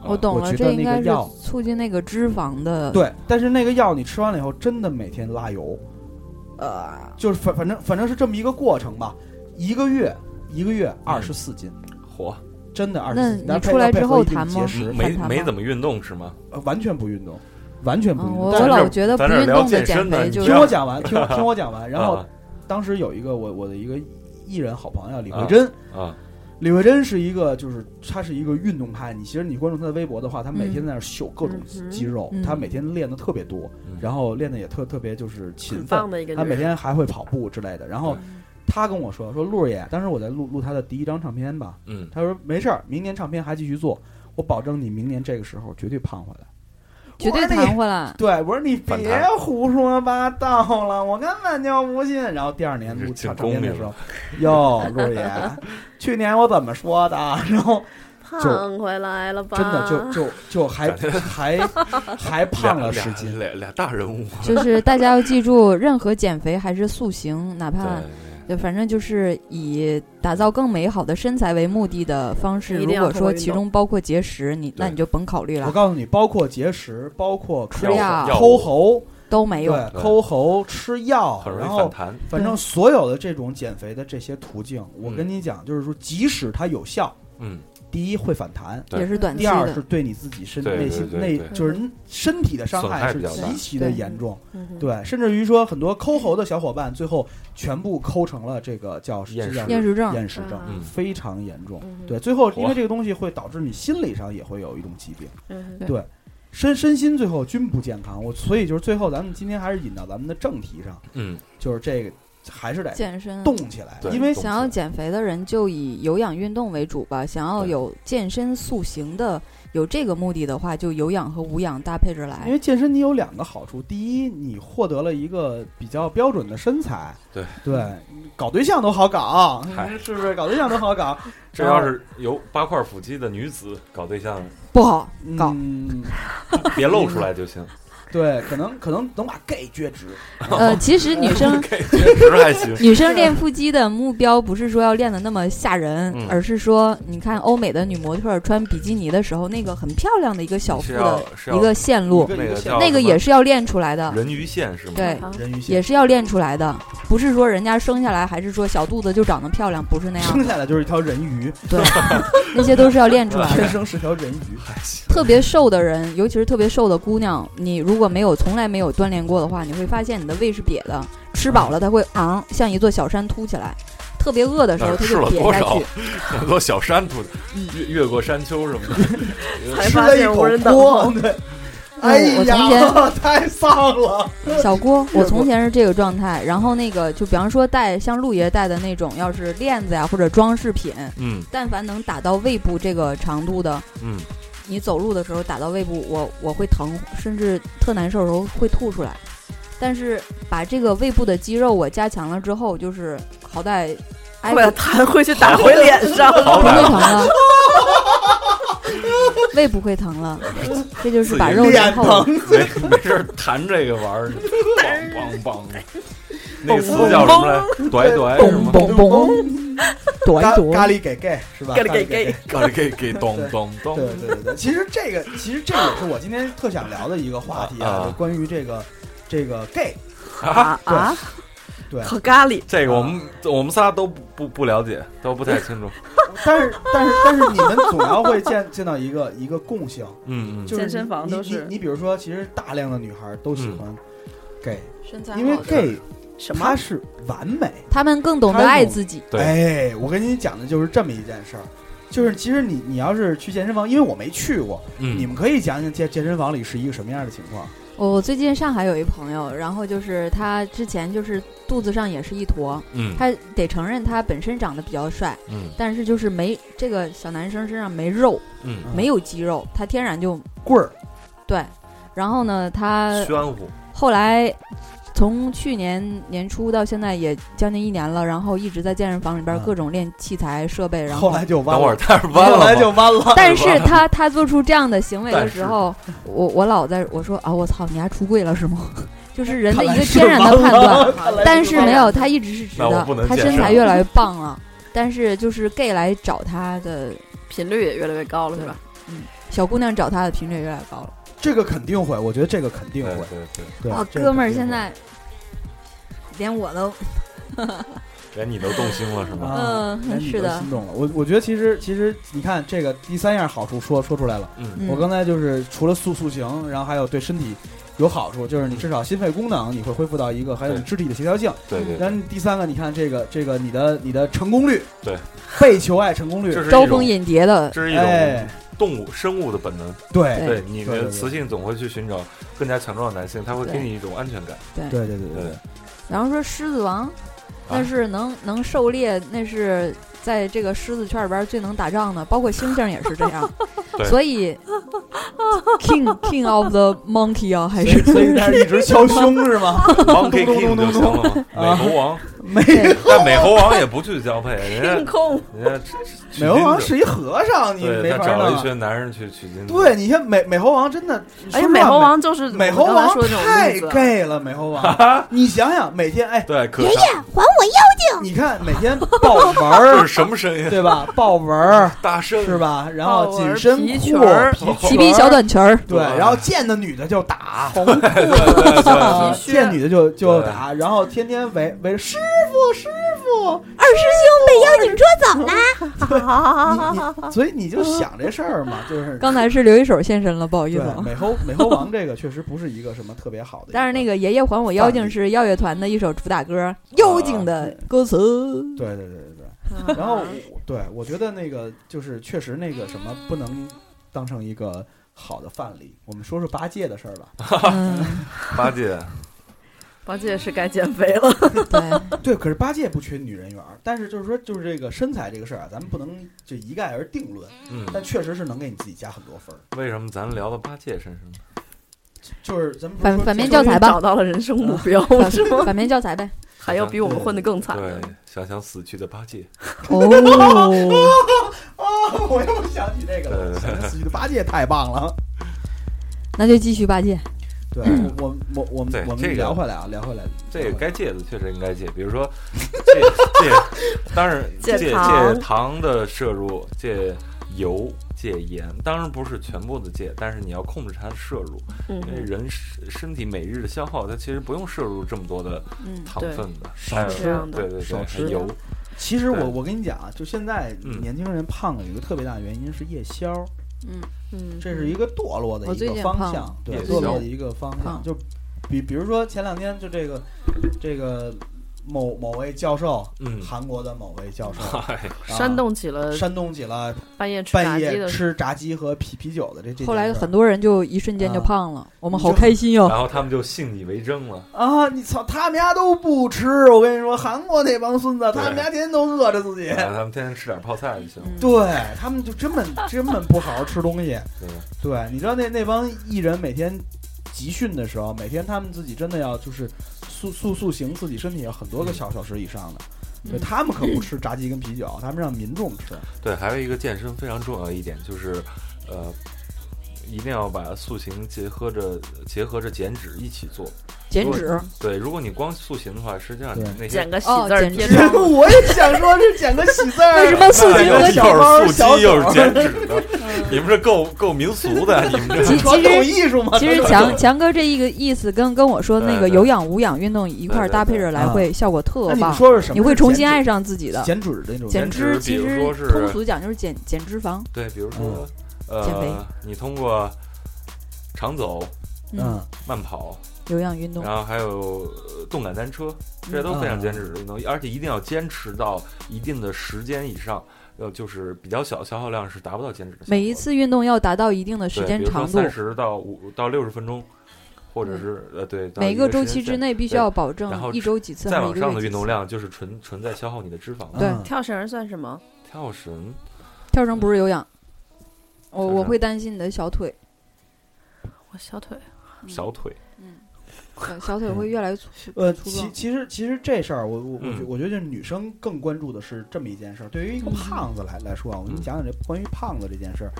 Speaker 8: 啊
Speaker 5: 我懂
Speaker 4: 我
Speaker 5: 了，
Speaker 4: 觉
Speaker 5: 这
Speaker 4: 得
Speaker 5: 应
Speaker 4: 那个
Speaker 5: 该是
Speaker 4: 药
Speaker 5: 促进那个脂肪的。，
Speaker 4: 对，但是那个药你吃完了以后，真的每天拉油，呃，就是反反正反正是这么一个过程吧，一个月一个
Speaker 8: 嗯
Speaker 4: 月二十四斤，
Speaker 8: 火
Speaker 4: 真的二十
Speaker 5: 那
Speaker 4: 四斤。但
Speaker 5: 你
Speaker 4: 是配
Speaker 5: 出来
Speaker 4: 要配
Speaker 5: 之
Speaker 4: 合
Speaker 5: 后
Speaker 4: 一定
Speaker 5: 谈
Speaker 4: 节
Speaker 5: 吗
Speaker 4: 食
Speaker 5: 嗯
Speaker 8: 没
Speaker 5: 反弹
Speaker 8: 没
Speaker 5: 吗
Speaker 8: 怎么运动是吗？
Speaker 4: 呃完全不运动，完全不
Speaker 5: 嗯，
Speaker 4: 运动。
Speaker 5: 我我
Speaker 4: 但
Speaker 8: 咱
Speaker 5: 老
Speaker 8: 这
Speaker 5: 觉得不
Speaker 8: 咱这
Speaker 5: 运
Speaker 8: 聊
Speaker 5: 动的
Speaker 8: 健身
Speaker 5: 减
Speaker 8: 呢
Speaker 5: 肥
Speaker 8: 你
Speaker 5: 就是
Speaker 8: 这
Speaker 4: 听
Speaker 8: 样
Speaker 4: 我讲完，听我听我讲完。然后
Speaker 8: 啊
Speaker 4: 当时有一个我我的一个艺人好朋友李慧
Speaker 8: 啊
Speaker 4: 珍，
Speaker 8: 啊，
Speaker 4: 李慧珍是一个，就是她是一个运动派。你其实你关注她的微博的话，她每天在那儿秀各种
Speaker 6: 嗯
Speaker 4: 肌肉，
Speaker 5: 嗯
Speaker 4: 她每天练的特别多，
Speaker 8: 嗯
Speaker 4: 然后练的也特特别就是勤
Speaker 6: 很
Speaker 4: 奋
Speaker 6: 棒。的一个
Speaker 4: 她
Speaker 6: 女
Speaker 4: 每
Speaker 6: 人，
Speaker 4: 天还会跑步之类的。然后她跟我说说陆爷，当时我在录录她的第一张唱片吧，
Speaker 8: 嗯，
Speaker 4: 她说没事儿，明年唱片还继续做，我保证你明年这个时候绝对胖回来。
Speaker 5: 绝对
Speaker 4: 我说你
Speaker 5: 弹回来。
Speaker 4: 对，我说你
Speaker 8: 反
Speaker 4: 别
Speaker 8: 弹
Speaker 4: 胡说八道了，我根本就不信。然后第二年
Speaker 8: 你是
Speaker 4: 录
Speaker 8: 进
Speaker 4: 唱唱
Speaker 8: 宫
Speaker 4: 片的
Speaker 8: 去
Speaker 4: 时
Speaker 8: 了
Speaker 4: 候，哟，陆爷，
Speaker 8: <laughs>
Speaker 4: 去年我怎么说的？然后
Speaker 6: 胖回来了吧？
Speaker 4: 真的就就就还还还胖了十斤。
Speaker 8: 俩俩俩大人物，
Speaker 5: 就是大家要记住，任何减肥还是塑形，哪怕
Speaker 8: 对，
Speaker 5: 就反正就是以打造更美好的身材为目的的方式。
Speaker 6: 一
Speaker 5: 如
Speaker 6: 定要
Speaker 5: 果
Speaker 6: 通过
Speaker 5: 说
Speaker 6: 运
Speaker 5: 其
Speaker 6: 动
Speaker 5: 中包括节食，你那
Speaker 8: 对
Speaker 5: 你就甭考虑
Speaker 4: 我
Speaker 5: 了，
Speaker 4: 告诉你，包括节食，包括
Speaker 5: 吃
Speaker 4: 抠
Speaker 5: 药
Speaker 4: 抠喉，
Speaker 5: 都没用。
Speaker 4: 对，抠喉、吃药
Speaker 8: 很，容
Speaker 4: 然
Speaker 8: 易反
Speaker 4: 后
Speaker 8: 弹。
Speaker 4: 反正所有的这种减肥的这些途径，我跟你讲，就是说，即使它有效，
Speaker 8: 嗯，
Speaker 4: 第一会反弹，
Speaker 8: 对
Speaker 5: 也是短期
Speaker 4: 第二
Speaker 5: 的
Speaker 4: 是。对你自己身
Speaker 8: 对对
Speaker 4: 内心
Speaker 8: 对
Speaker 4: 内
Speaker 8: 对
Speaker 4: 就是身体的伤
Speaker 8: 损
Speaker 4: 害
Speaker 8: 害
Speaker 4: 是
Speaker 8: 比较大
Speaker 4: 极其的
Speaker 5: 对
Speaker 4: 严重，
Speaker 6: 嗯哼
Speaker 4: 对，甚至于说很多抠喉的小伙伴最后全部抠成了这个叫
Speaker 8: 厌
Speaker 4: 这叫
Speaker 8: 食
Speaker 5: 厌食症，
Speaker 4: 厌食症，
Speaker 8: 嗯
Speaker 4: 非常严重。
Speaker 6: 嗯
Speaker 4: 对，最后因
Speaker 8: 哇
Speaker 4: 为这个东西会导致你心理上也会有一种疾病，
Speaker 6: 嗯
Speaker 5: 对
Speaker 4: 身身心最后均不健康。我所以就是最后咱们今天还是引到咱们的正题上，
Speaker 8: 嗯，
Speaker 4: 就是这个还是得
Speaker 5: 健身
Speaker 4: 动起来，
Speaker 8: 对
Speaker 4: 因为
Speaker 8: 动
Speaker 5: 想要减肥的人就以有氧运动为主吧，想要
Speaker 8: 对
Speaker 5: 有健身塑形的有这个目的的话，就有氧和无氧搭配着
Speaker 4: 因
Speaker 5: 来。
Speaker 4: 为健身你有两个好处，第一，你获得了一个比较标准的身材，
Speaker 8: 对
Speaker 4: 对，搞对象都好搞
Speaker 8: 嗨，
Speaker 4: 是不是？搞对象都好搞，
Speaker 8: 这要是有八块
Speaker 4: <laughs>
Speaker 8: 腹肌的女子搞对象，
Speaker 5: 不好搞，
Speaker 4: 嗯，
Speaker 8: 别露出来就行。
Speaker 4: 对，可能可能能把 gay 撅直，
Speaker 5: 呃，其实女生。
Speaker 8: 确实还行 <laughs>
Speaker 5: 女生练腹肌的目标不是说要练得那么吓人，
Speaker 8: 嗯
Speaker 5: 而是说，你看欧美的女模特儿穿比基尼的时候，那个很漂亮的一个小腹
Speaker 8: 是
Speaker 5: 的
Speaker 8: 要是要
Speaker 5: 一个线路，
Speaker 8: 那个叫
Speaker 5: 那个
Speaker 8: 什么
Speaker 5: 也是要练出来的，
Speaker 8: 人鱼线是吗？
Speaker 5: 对，
Speaker 6: 嗯
Speaker 4: 人鱼线
Speaker 5: 也是要练出来的，不是说人家生下来还是说小肚子就长得漂亮，不是那样 <laughs>
Speaker 4: 生
Speaker 5: 的，
Speaker 4: 下来就是一条人鱼，
Speaker 5: 对，那些都是要练出来
Speaker 8: <laughs>
Speaker 5: 的
Speaker 4: 天。生是条人鱼。
Speaker 8: 还行。
Speaker 5: 特别瘦的人，尤其是特别瘦的姑娘，你如果没有从来没有锻炼过的话，你会发现你的胃是瘪的，吃饱了它会昂，像一座小山凸起来。特别饿的时候，
Speaker 8: 那
Speaker 5: 它
Speaker 8: 是
Speaker 5: 就
Speaker 8: 吃了
Speaker 5: 瘪
Speaker 8: 多
Speaker 5: 下
Speaker 8: 少
Speaker 5: 去。
Speaker 8: 很多小山土，越越过山丘什么的。
Speaker 6: 才
Speaker 4: 吃
Speaker 6: 发
Speaker 4: 了一
Speaker 6: 现无人
Speaker 4: 口
Speaker 6: 等候
Speaker 4: <laughs> 锅，。对，
Speaker 5: 嗯
Speaker 4: 哎
Speaker 5: 我从
Speaker 4: 呀， <laughs> 太丧了。
Speaker 5: <laughs> 小郭，我从前是这个状态，然后那个就比方说戴像陆爷戴的那种，要是链子呀、或者装饰品，
Speaker 8: 嗯
Speaker 5: 但凡能打到胃部这个长度的，
Speaker 8: 嗯，
Speaker 5: 你走路的时候打到胃部，我我会疼，甚至特难受的时候会吐出来。但是把这个胃部的肌肉我加强了之后，就是好歹挨
Speaker 6: 我把它
Speaker 5: 不
Speaker 6: 弹
Speaker 4: <laughs>
Speaker 6: 回去打回脸上。
Speaker 8: 好
Speaker 5: 不会
Speaker 8: 歹
Speaker 5: 疼 <laughs> 了，胃不会疼了，这就是把肉
Speaker 4: 脸
Speaker 5: 练透了。
Speaker 4: 疼，
Speaker 8: 没没事儿弹这个玩儿，梆梆梆。
Speaker 4: <laughs>
Speaker 8: 那个词叫什么来？怼怼什么？
Speaker 5: 嘣嘣，
Speaker 4: <laughs>
Speaker 5: 躲
Speaker 4: 咖
Speaker 5: 一躲。
Speaker 4: 咖喱给 gay 是吧？
Speaker 6: 咖喱
Speaker 4: 给
Speaker 6: 给
Speaker 4: gay
Speaker 6: gay。
Speaker 8: 啊给给咚咚咚
Speaker 4: 对。对对对，其实这个其实这也是我今天特想聊的一个话题
Speaker 8: 啊
Speaker 4: 啊，就关于这个这个 gay
Speaker 6: 啊啊！
Speaker 4: 对，
Speaker 6: 和咖喱，
Speaker 8: 这个我
Speaker 4: 啊
Speaker 8: 们我们仨都不不不了解，都不太清
Speaker 4: <laughs>
Speaker 8: 楚。
Speaker 4: 但是但是但是你们总要会见见到一个一个共性，
Speaker 8: 嗯
Speaker 4: 就是
Speaker 6: 健身房
Speaker 4: 你你
Speaker 6: 都是
Speaker 4: 你你比如说，其实大量的女孩都
Speaker 8: 嗯
Speaker 4: 喜欢 gay，
Speaker 5: 身材
Speaker 6: 啊
Speaker 4: 因为 gay
Speaker 6: 什
Speaker 4: 她
Speaker 6: 么？
Speaker 4: 是完美。
Speaker 5: 他们更懂得爱自己。
Speaker 8: 对
Speaker 4: 哎，我跟你讲的就是这么一件事儿，就是其实你你要是去健身房，因为我没去过，
Speaker 8: 嗯
Speaker 4: 你们可以讲讲健健身房里是一个什么样的情况。
Speaker 5: 我我最近上海有一朋友，然后就是他之前就是肚子上也是一坨，
Speaker 8: 嗯
Speaker 5: 他得承认他本身长得比较帅，
Speaker 8: 嗯
Speaker 5: 但是就是没这个小男生身上没肉，
Speaker 8: 嗯，
Speaker 5: 没有肌肉，他天然就
Speaker 4: 棍儿，
Speaker 5: 对。然后呢，
Speaker 4: 呃
Speaker 5: 他
Speaker 8: 宣乎。
Speaker 5: 后来从去年年初到现在也将近一年了，然后一直在健身房里边
Speaker 4: 嗯
Speaker 5: 各种练器材设备，然
Speaker 4: 后来就弯
Speaker 8: 等会儿
Speaker 4: 了，
Speaker 8: 他是
Speaker 4: <laughs>
Speaker 8: 弯了
Speaker 4: 后
Speaker 8: 吗
Speaker 4: 来就弯了。
Speaker 5: 但是他他做出这样的行为
Speaker 8: 但
Speaker 5: 的
Speaker 8: 是
Speaker 5: 时候，我我老在我说啊，我操，你还出柜了是吗？ <laughs> 就是人的
Speaker 4: 看
Speaker 5: 一
Speaker 4: 来
Speaker 5: 个
Speaker 4: 是
Speaker 5: 天然的
Speaker 4: 弯
Speaker 5: 判
Speaker 4: 了哎
Speaker 5: 断，
Speaker 4: 看来
Speaker 5: 但是没
Speaker 4: 弯了
Speaker 5: 有，他一直是直
Speaker 8: 那我
Speaker 5: 的
Speaker 8: 不能，
Speaker 5: 他
Speaker 8: 接
Speaker 5: 身
Speaker 8: 受
Speaker 5: 材越来越棒了。但是就是 gay 来找他的
Speaker 6: 频率也越来越高了，对吧？
Speaker 5: 小姑娘找他的频率也越来越高了。
Speaker 4: 这个肯定会，我觉得这个肯定
Speaker 8: 对
Speaker 4: 会。
Speaker 8: 对对，
Speaker 4: 对，
Speaker 5: 哇，
Speaker 4: 这个
Speaker 5: 哦哥们儿
Speaker 4: 肯定
Speaker 5: 现
Speaker 4: 会啊
Speaker 5: 在连我都
Speaker 8: 连你都动心了是吗？
Speaker 4: 啊
Speaker 5: 嗯
Speaker 4: 连你
Speaker 5: 是
Speaker 4: 都
Speaker 5: 的
Speaker 4: 心动了。我我觉得其实其实你看这个第三样好处说说出来了。
Speaker 8: 嗯
Speaker 4: 我
Speaker 5: 嗯
Speaker 4: 刚才就是除了塑塑形，然后还有对身体有好处，就是你至少心肺功能你会恢复到一个，还有你
Speaker 8: 嗯对
Speaker 4: 肢体的协调性。
Speaker 8: 对对对
Speaker 4: 然后第三个，你看这个这个你的你的成功率，
Speaker 8: 对，
Speaker 4: <laughs> 被求爱成功率
Speaker 8: 这，是一
Speaker 5: 招
Speaker 8: 种
Speaker 5: 蜂引蝶的，
Speaker 8: 这是一
Speaker 4: 哎
Speaker 8: 种，动物生物的本能。
Speaker 4: 对
Speaker 8: 对你
Speaker 4: 对对
Speaker 8: 的
Speaker 4: 对
Speaker 8: 雌性总会去寻找更加强壮的男性，他会给
Speaker 5: 对
Speaker 8: 你一种安全
Speaker 4: <laughs>
Speaker 8: 感。
Speaker 4: 对对对对
Speaker 8: 对，
Speaker 5: 然后说狮
Speaker 8: 啊
Speaker 5: 子王，那是能能狩猎，那是在这个狮子圈里边最能打仗的，包括猩猩也是这 <laughs> 样
Speaker 8: 对。
Speaker 5: 所 <laughs> 以 King King of the Monkey 啊，还
Speaker 4: 所以
Speaker 5: 是
Speaker 4: 所
Speaker 5: <laughs>
Speaker 4: 以在那儿一直敲胸是吗？
Speaker 8: Monkey King 就行了嘛，美
Speaker 4: 啊
Speaker 8: 猴
Speaker 4: <laughs>
Speaker 8: 王。
Speaker 4: 没
Speaker 5: 对
Speaker 8: 但美猴王也不去交配，人
Speaker 6: 硬
Speaker 8: 家
Speaker 6: 控，
Speaker 8: 人家
Speaker 4: 美猴王是一啊和尚，你
Speaker 8: 对
Speaker 4: 没
Speaker 8: 他
Speaker 4: 法
Speaker 8: 找了一
Speaker 4: 弄。啊
Speaker 8: 群男人去取经。
Speaker 4: 对，，你看美美猴王真的，说实
Speaker 6: 而且
Speaker 4: 话
Speaker 6: 美猴王哎就是
Speaker 4: 美
Speaker 6: 我
Speaker 4: 猴
Speaker 6: 刚才
Speaker 4: 王
Speaker 6: 说的这种
Speaker 4: 太
Speaker 6: 例子，啊
Speaker 4: gay 了，美猴王， <laughs> 你想想每天哎，
Speaker 8: 对，可是
Speaker 4: 你看每天豹纹儿
Speaker 8: 是什么声音？
Speaker 4: 对吧？豹纹儿
Speaker 8: 大啊圣
Speaker 4: 是？吧？然
Speaker 6: 豹
Speaker 4: 后
Speaker 6: 纹
Speaker 4: 紧
Speaker 6: 儿
Speaker 4: 身
Speaker 6: 皮
Speaker 4: 裤
Speaker 6: 裙儿、
Speaker 5: 齐鼻小
Speaker 4: 短
Speaker 5: 短裙儿，
Speaker 4: 对，
Speaker 8: 对
Speaker 4: 然后见的女的就打， <laughs> 呃
Speaker 8: 对对对，
Speaker 6: 皮
Speaker 4: 见女的就就
Speaker 8: 对
Speaker 4: 打，然后天天围围师傅师傅，
Speaker 6: <laughs>
Speaker 1: 二师兄被妖精捉走啦！
Speaker 4: 你你所以你就想这事儿嘛，就是
Speaker 5: 刚才是刘一手现身了，不好意
Speaker 4: 对
Speaker 5: 思啊。
Speaker 4: 美猴美猴王这个确实不是一个什么特别
Speaker 6: <laughs>
Speaker 4: 好的一，
Speaker 5: 但是那个《爷爷还我妖精
Speaker 4: 范》例
Speaker 5: 是耀乐团的一首主打歌，
Speaker 8: 哦
Speaker 5: 妖精的歌词。
Speaker 4: 对对对对对。
Speaker 5: 啊
Speaker 4: 然后我对我觉得那个就是确实那个什么不能当成一个好的范例。我们说说八戒的事儿吧。
Speaker 5: 嗯，
Speaker 8: 八戒
Speaker 6: 八戒是该减肥 <laughs> 了，
Speaker 5: 对，
Speaker 4: 对，可是八戒不缺女人缘儿，但是就是说就是这个身材这个事儿啊，咱们不能就一概而定论，
Speaker 8: 嗯，
Speaker 4: 但确实是能给你自己加很多分儿。
Speaker 8: 为什么咱聊到八戒身上呢？
Speaker 4: 就是咱们不是
Speaker 5: 反
Speaker 4: 说
Speaker 6: 嗯
Speaker 5: 反面
Speaker 4: 就
Speaker 5: 教材吧
Speaker 6: 找，到了人生目标， <laughs> 是吗？
Speaker 5: 反面教材呗。
Speaker 6: 还要比我们混得更惨的
Speaker 8: 对，想想死去的八戒，
Speaker 5: 哦，
Speaker 4: 哦，我
Speaker 8: 呃
Speaker 4: 又想起这个了，
Speaker 8: 对对对
Speaker 5: <laughs>
Speaker 4: 想起的八戒太棒了。
Speaker 5: 那就继续八戒。
Speaker 4: 对，我我我我
Speaker 8: 对
Speaker 4: 们我
Speaker 8: 这
Speaker 4: 们
Speaker 8: 个
Speaker 4: 聊回来啊，聊回来，
Speaker 8: 这
Speaker 4: 聊
Speaker 6: 嗯
Speaker 8: 个
Speaker 4: 回来
Speaker 8: 该戒的确实应该戒，比如说
Speaker 6: <laughs>
Speaker 8: 戒戒，当然戒
Speaker 6: 戒
Speaker 8: 戒
Speaker 6: 糖
Speaker 8: 糖的摄入，戒油。戒盐当然不是全部的戒，但是你要控制它的摄入，
Speaker 6: 嗯
Speaker 8: 因为人身身体每日的消耗，它其实不用摄入这么多的
Speaker 5: 嗯，
Speaker 8: 糖
Speaker 6: 对
Speaker 8: 分的，
Speaker 4: 少
Speaker 8: 还有
Speaker 6: 吃这样的
Speaker 8: 对对对，
Speaker 4: 少
Speaker 8: 还
Speaker 4: 吃
Speaker 8: 油，
Speaker 4: 其实我
Speaker 8: 对
Speaker 4: 我跟你讲啊，就现在
Speaker 8: 嗯
Speaker 4: 年轻人胖了有一个特别大的原因是夜宵，
Speaker 6: 嗯，
Speaker 4: 这是一个堕落的
Speaker 5: 我
Speaker 4: 一
Speaker 5: 最
Speaker 4: 个
Speaker 5: 近
Speaker 4: 方
Speaker 5: 胖
Speaker 4: 向
Speaker 5: 了，
Speaker 4: 对，
Speaker 8: 夜宵
Speaker 4: 堕落的一个方向。
Speaker 5: 胖
Speaker 4: 就比比如说前两天就这个这个某某位教授，
Speaker 8: 嗯，
Speaker 4: 韩国的某位教授，
Speaker 8: 嗨，
Speaker 4: 啊
Speaker 6: 煽动起了
Speaker 4: 煽动起了
Speaker 6: 半夜吃炸
Speaker 4: 半
Speaker 6: 鸡
Speaker 4: 夜
Speaker 6: 的
Speaker 4: 吃炸鸡和啤啤酒的这这件事儿。
Speaker 5: 后来很多人就一瞬间就
Speaker 4: 啊
Speaker 5: 胖了，我们
Speaker 4: 你
Speaker 5: 好
Speaker 4: 就
Speaker 5: 开心哟。
Speaker 8: 然后他们就信以为真
Speaker 4: <laughs>
Speaker 8: 了，
Speaker 4: 啊，你操，他们家都不吃，我跟你说，韩国那帮孙子，他们家天天都饿着自己。
Speaker 8: 然后他们天天吃点泡菜就行了，
Speaker 5: 嗯
Speaker 4: 对他们就根
Speaker 5: <laughs>
Speaker 4: 本根本不好好吃东西。
Speaker 8: 对吧？
Speaker 4: 对，你知道那那帮艺人每天集训的时候，每天他们自己真的要就是塑塑塑形自己身体，要很多个小小时以上的。
Speaker 5: 嗯
Speaker 4: 对他们可不吃炸鸡跟啤酒，他们让民众
Speaker 5: <laughs>
Speaker 4: 吃。
Speaker 8: 对，还有一个健身非常重要的一点就是，呃，一定要把塑形结合着结合着减脂一起做。
Speaker 5: 减脂，
Speaker 8: 对，如果你光塑形的话，实际上
Speaker 4: 对
Speaker 8: 那些
Speaker 6: 捡个喜
Speaker 5: 哦
Speaker 6: 字儿
Speaker 5: 捡
Speaker 6: 贴
Speaker 5: 纸
Speaker 4: <laughs>
Speaker 6: 上，
Speaker 4: 我也想说，这捡个喜字儿。
Speaker 5: <laughs> 为什么塑形
Speaker 8: 又
Speaker 5: 和
Speaker 8: 是
Speaker 5: 小
Speaker 4: 包
Speaker 8: 又是
Speaker 4: 小
Speaker 8: 塑肌又
Speaker 4: 腿
Speaker 8: 是减脂的，你们这够够民俗的，啊你们这
Speaker 5: 其
Speaker 4: 传统艺术嘛？
Speaker 5: 其实
Speaker 4: <laughs>
Speaker 5: 强强哥这一个意思跟跟我说那
Speaker 8: 对
Speaker 5: 个
Speaker 8: 对
Speaker 5: 有氧无氧运动一块儿
Speaker 8: 对对
Speaker 5: 搭配着来，
Speaker 4: 对
Speaker 5: 会效果特
Speaker 4: 那你们
Speaker 5: 棒，
Speaker 4: 说说什么？
Speaker 5: 你会重新爱上自己的。
Speaker 4: 减脂的那种
Speaker 5: 减
Speaker 8: 减脂
Speaker 5: 脂其
Speaker 8: 比如
Speaker 5: 实
Speaker 8: 说是
Speaker 5: 通俗讲就是减减脂肪，
Speaker 8: 对，比如说
Speaker 5: 减肥
Speaker 8: 呃，你通过长走、
Speaker 5: 嗯，
Speaker 4: 嗯，
Speaker 8: 慢跑，
Speaker 5: 有氧运动
Speaker 8: 然，后还有呃动感单车，这些都非常减脂的运动，而且一定要坚持到一定的时间以上。呃，就是比较小的消耗量是达不到减脂的效果的。
Speaker 5: 每一次运动要达到一定的时
Speaker 8: 对，
Speaker 5: 间长度
Speaker 8: 三，十到五到六十分钟，或者是呃对，到
Speaker 5: 每
Speaker 8: 一
Speaker 5: 个
Speaker 8: 时
Speaker 5: 周
Speaker 8: 间
Speaker 5: 期之
Speaker 8: 线。
Speaker 5: 内必须
Speaker 8: 对
Speaker 5: 要保证
Speaker 8: 然后
Speaker 5: 一周几次
Speaker 8: 再
Speaker 5: 还是一
Speaker 8: 往
Speaker 5: 个
Speaker 8: 上的
Speaker 5: 月
Speaker 8: 运
Speaker 5: 几
Speaker 8: 动
Speaker 5: 次。
Speaker 8: 量就是纯纯在消耗你的脂肪了。啊
Speaker 5: 对
Speaker 4: 嗯
Speaker 6: 跳绳算什么？
Speaker 8: 跳绳，
Speaker 5: 跳绳不是有氧，
Speaker 8: 嗯
Speaker 5: 我
Speaker 8: 跳
Speaker 5: 我
Speaker 8: 绳
Speaker 5: 会担心你的
Speaker 8: <laughs>
Speaker 5: 小腿，
Speaker 6: 我小腿
Speaker 5: 嗯
Speaker 8: 小腿，
Speaker 5: 呃小腿会越来越粗。
Speaker 4: 呃，
Speaker 5: 粗
Speaker 4: 其
Speaker 5: 壮
Speaker 4: 其实其实这事儿，我我我觉
Speaker 8: 嗯
Speaker 4: 我觉得就是女生更关注的是这么一件事儿。对于一个胖子来来说啊，我给你
Speaker 8: 嗯
Speaker 4: 讲讲这关于胖子这件事儿，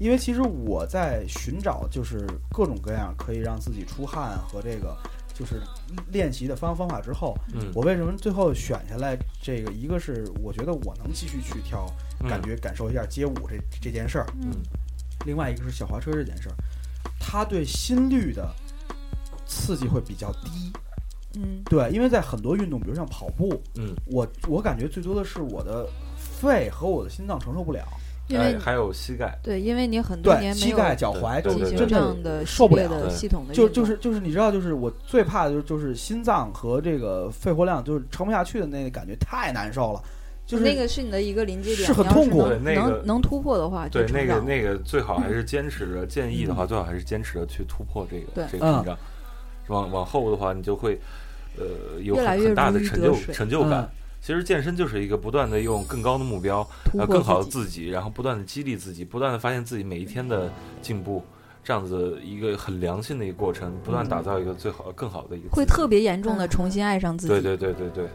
Speaker 4: 因为其实我在寻找就是各种各样可以让自己出汗和这个就是练习的方方法之后，
Speaker 8: 嗯，
Speaker 4: 我为什么最后选下来这个？一个是我觉得我能继续去跳，
Speaker 8: 嗯
Speaker 4: 感觉感受一下街舞这这件事儿，
Speaker 5: 嗯
Speaker 4: 另外一个是小滑车这件事儿，它对心率的刺激会比较低。
Speaker 5: 嗯，
Speaker 4: 对，因为在很多运动，比如像跑步，
Speaker 8: 嗯，
Speaker 4: 我我感觉最多的是我的肺和我的心脏承受不了，
Speaker 5: 因
Speaker 8: 哎
Speaker 5: 为
Speaker 8: 还有膝盖，
Speaker 5: 对，因为你很多
Speaker 4: 对，
Speaker 5: 年没
Speaker 4: 膝
Speaker 5: 有
Speaker 4: 盖、脚踝
Speaker 8: 对
Speaker 4: 就
Speaker 5: 进
Speaker 4: 是
Speaker 5: 行
Speaker 4: 真
Speaker 8: 对
Speaker 5: 这
Speaker 4: 的
Speaker 5: 样的
Speaker 4: 受不
Speaker 5: 系列
Speaker 4: 了
Speaker 5: 的
Speaker 8: 对
Speaker 5: 系统的运动，
Speaker 4: 就就是就是你知道，就是我最怕的就是就是心脏和这个肺活量就是撑不下去的那个感觉太难受了，就是
Speaker 5: 那个是你的一个临界点，
Speaker 4: 是很
Speaker 5: 你要
Speaker 4: 痛苦
Speaker 5: 能
Speaker 8: 对那个
Speaker 5: 能能突破的话，
Speaker 8: 对
Speaker 5: 就成
Speaker 8: 那个
Speaker 5: 长
Speaker 8: 那个最好还是坚持着，建议的话最好还是坚持着去突破这
Speaker 5: 嗯对
Speaker 8: 个这
Speaker 4: 嗯
Speaker 8: 个屏障，往往后的话你就会呃有
Speaker 5: 越来
Speaker 8: 很
Speaker 5: 越
Speaker 8: 很大
Speaker 5: 如
Speaker 8: 的
Speaker 5: 鱼
Speaker 8: 成
Speaker 5: 得
Speaker 8: 就
Speaker 5: 水
Speaker 8: 成就感
Speaker 4: 嗯。
Speaker 8: 其实健身就是一个不断的用更高的目标，
Speaker 5: 突
Speaker 8: 呃，
Speaker 5: 破
Speaker 8: 更好的
Speaker 5: 自己。
Speaker 8: 自己，然后不断的激励自己，不断的发现自己每一天的进步，这样子一个很良性的一个过程，不断地打造一个最好、更好的一个自己。
Speaker 5: 会特别严重的
Speaker 6: 嗯
Speaker 5: 重新爱上自己，
Speaker 8: 对对对对对，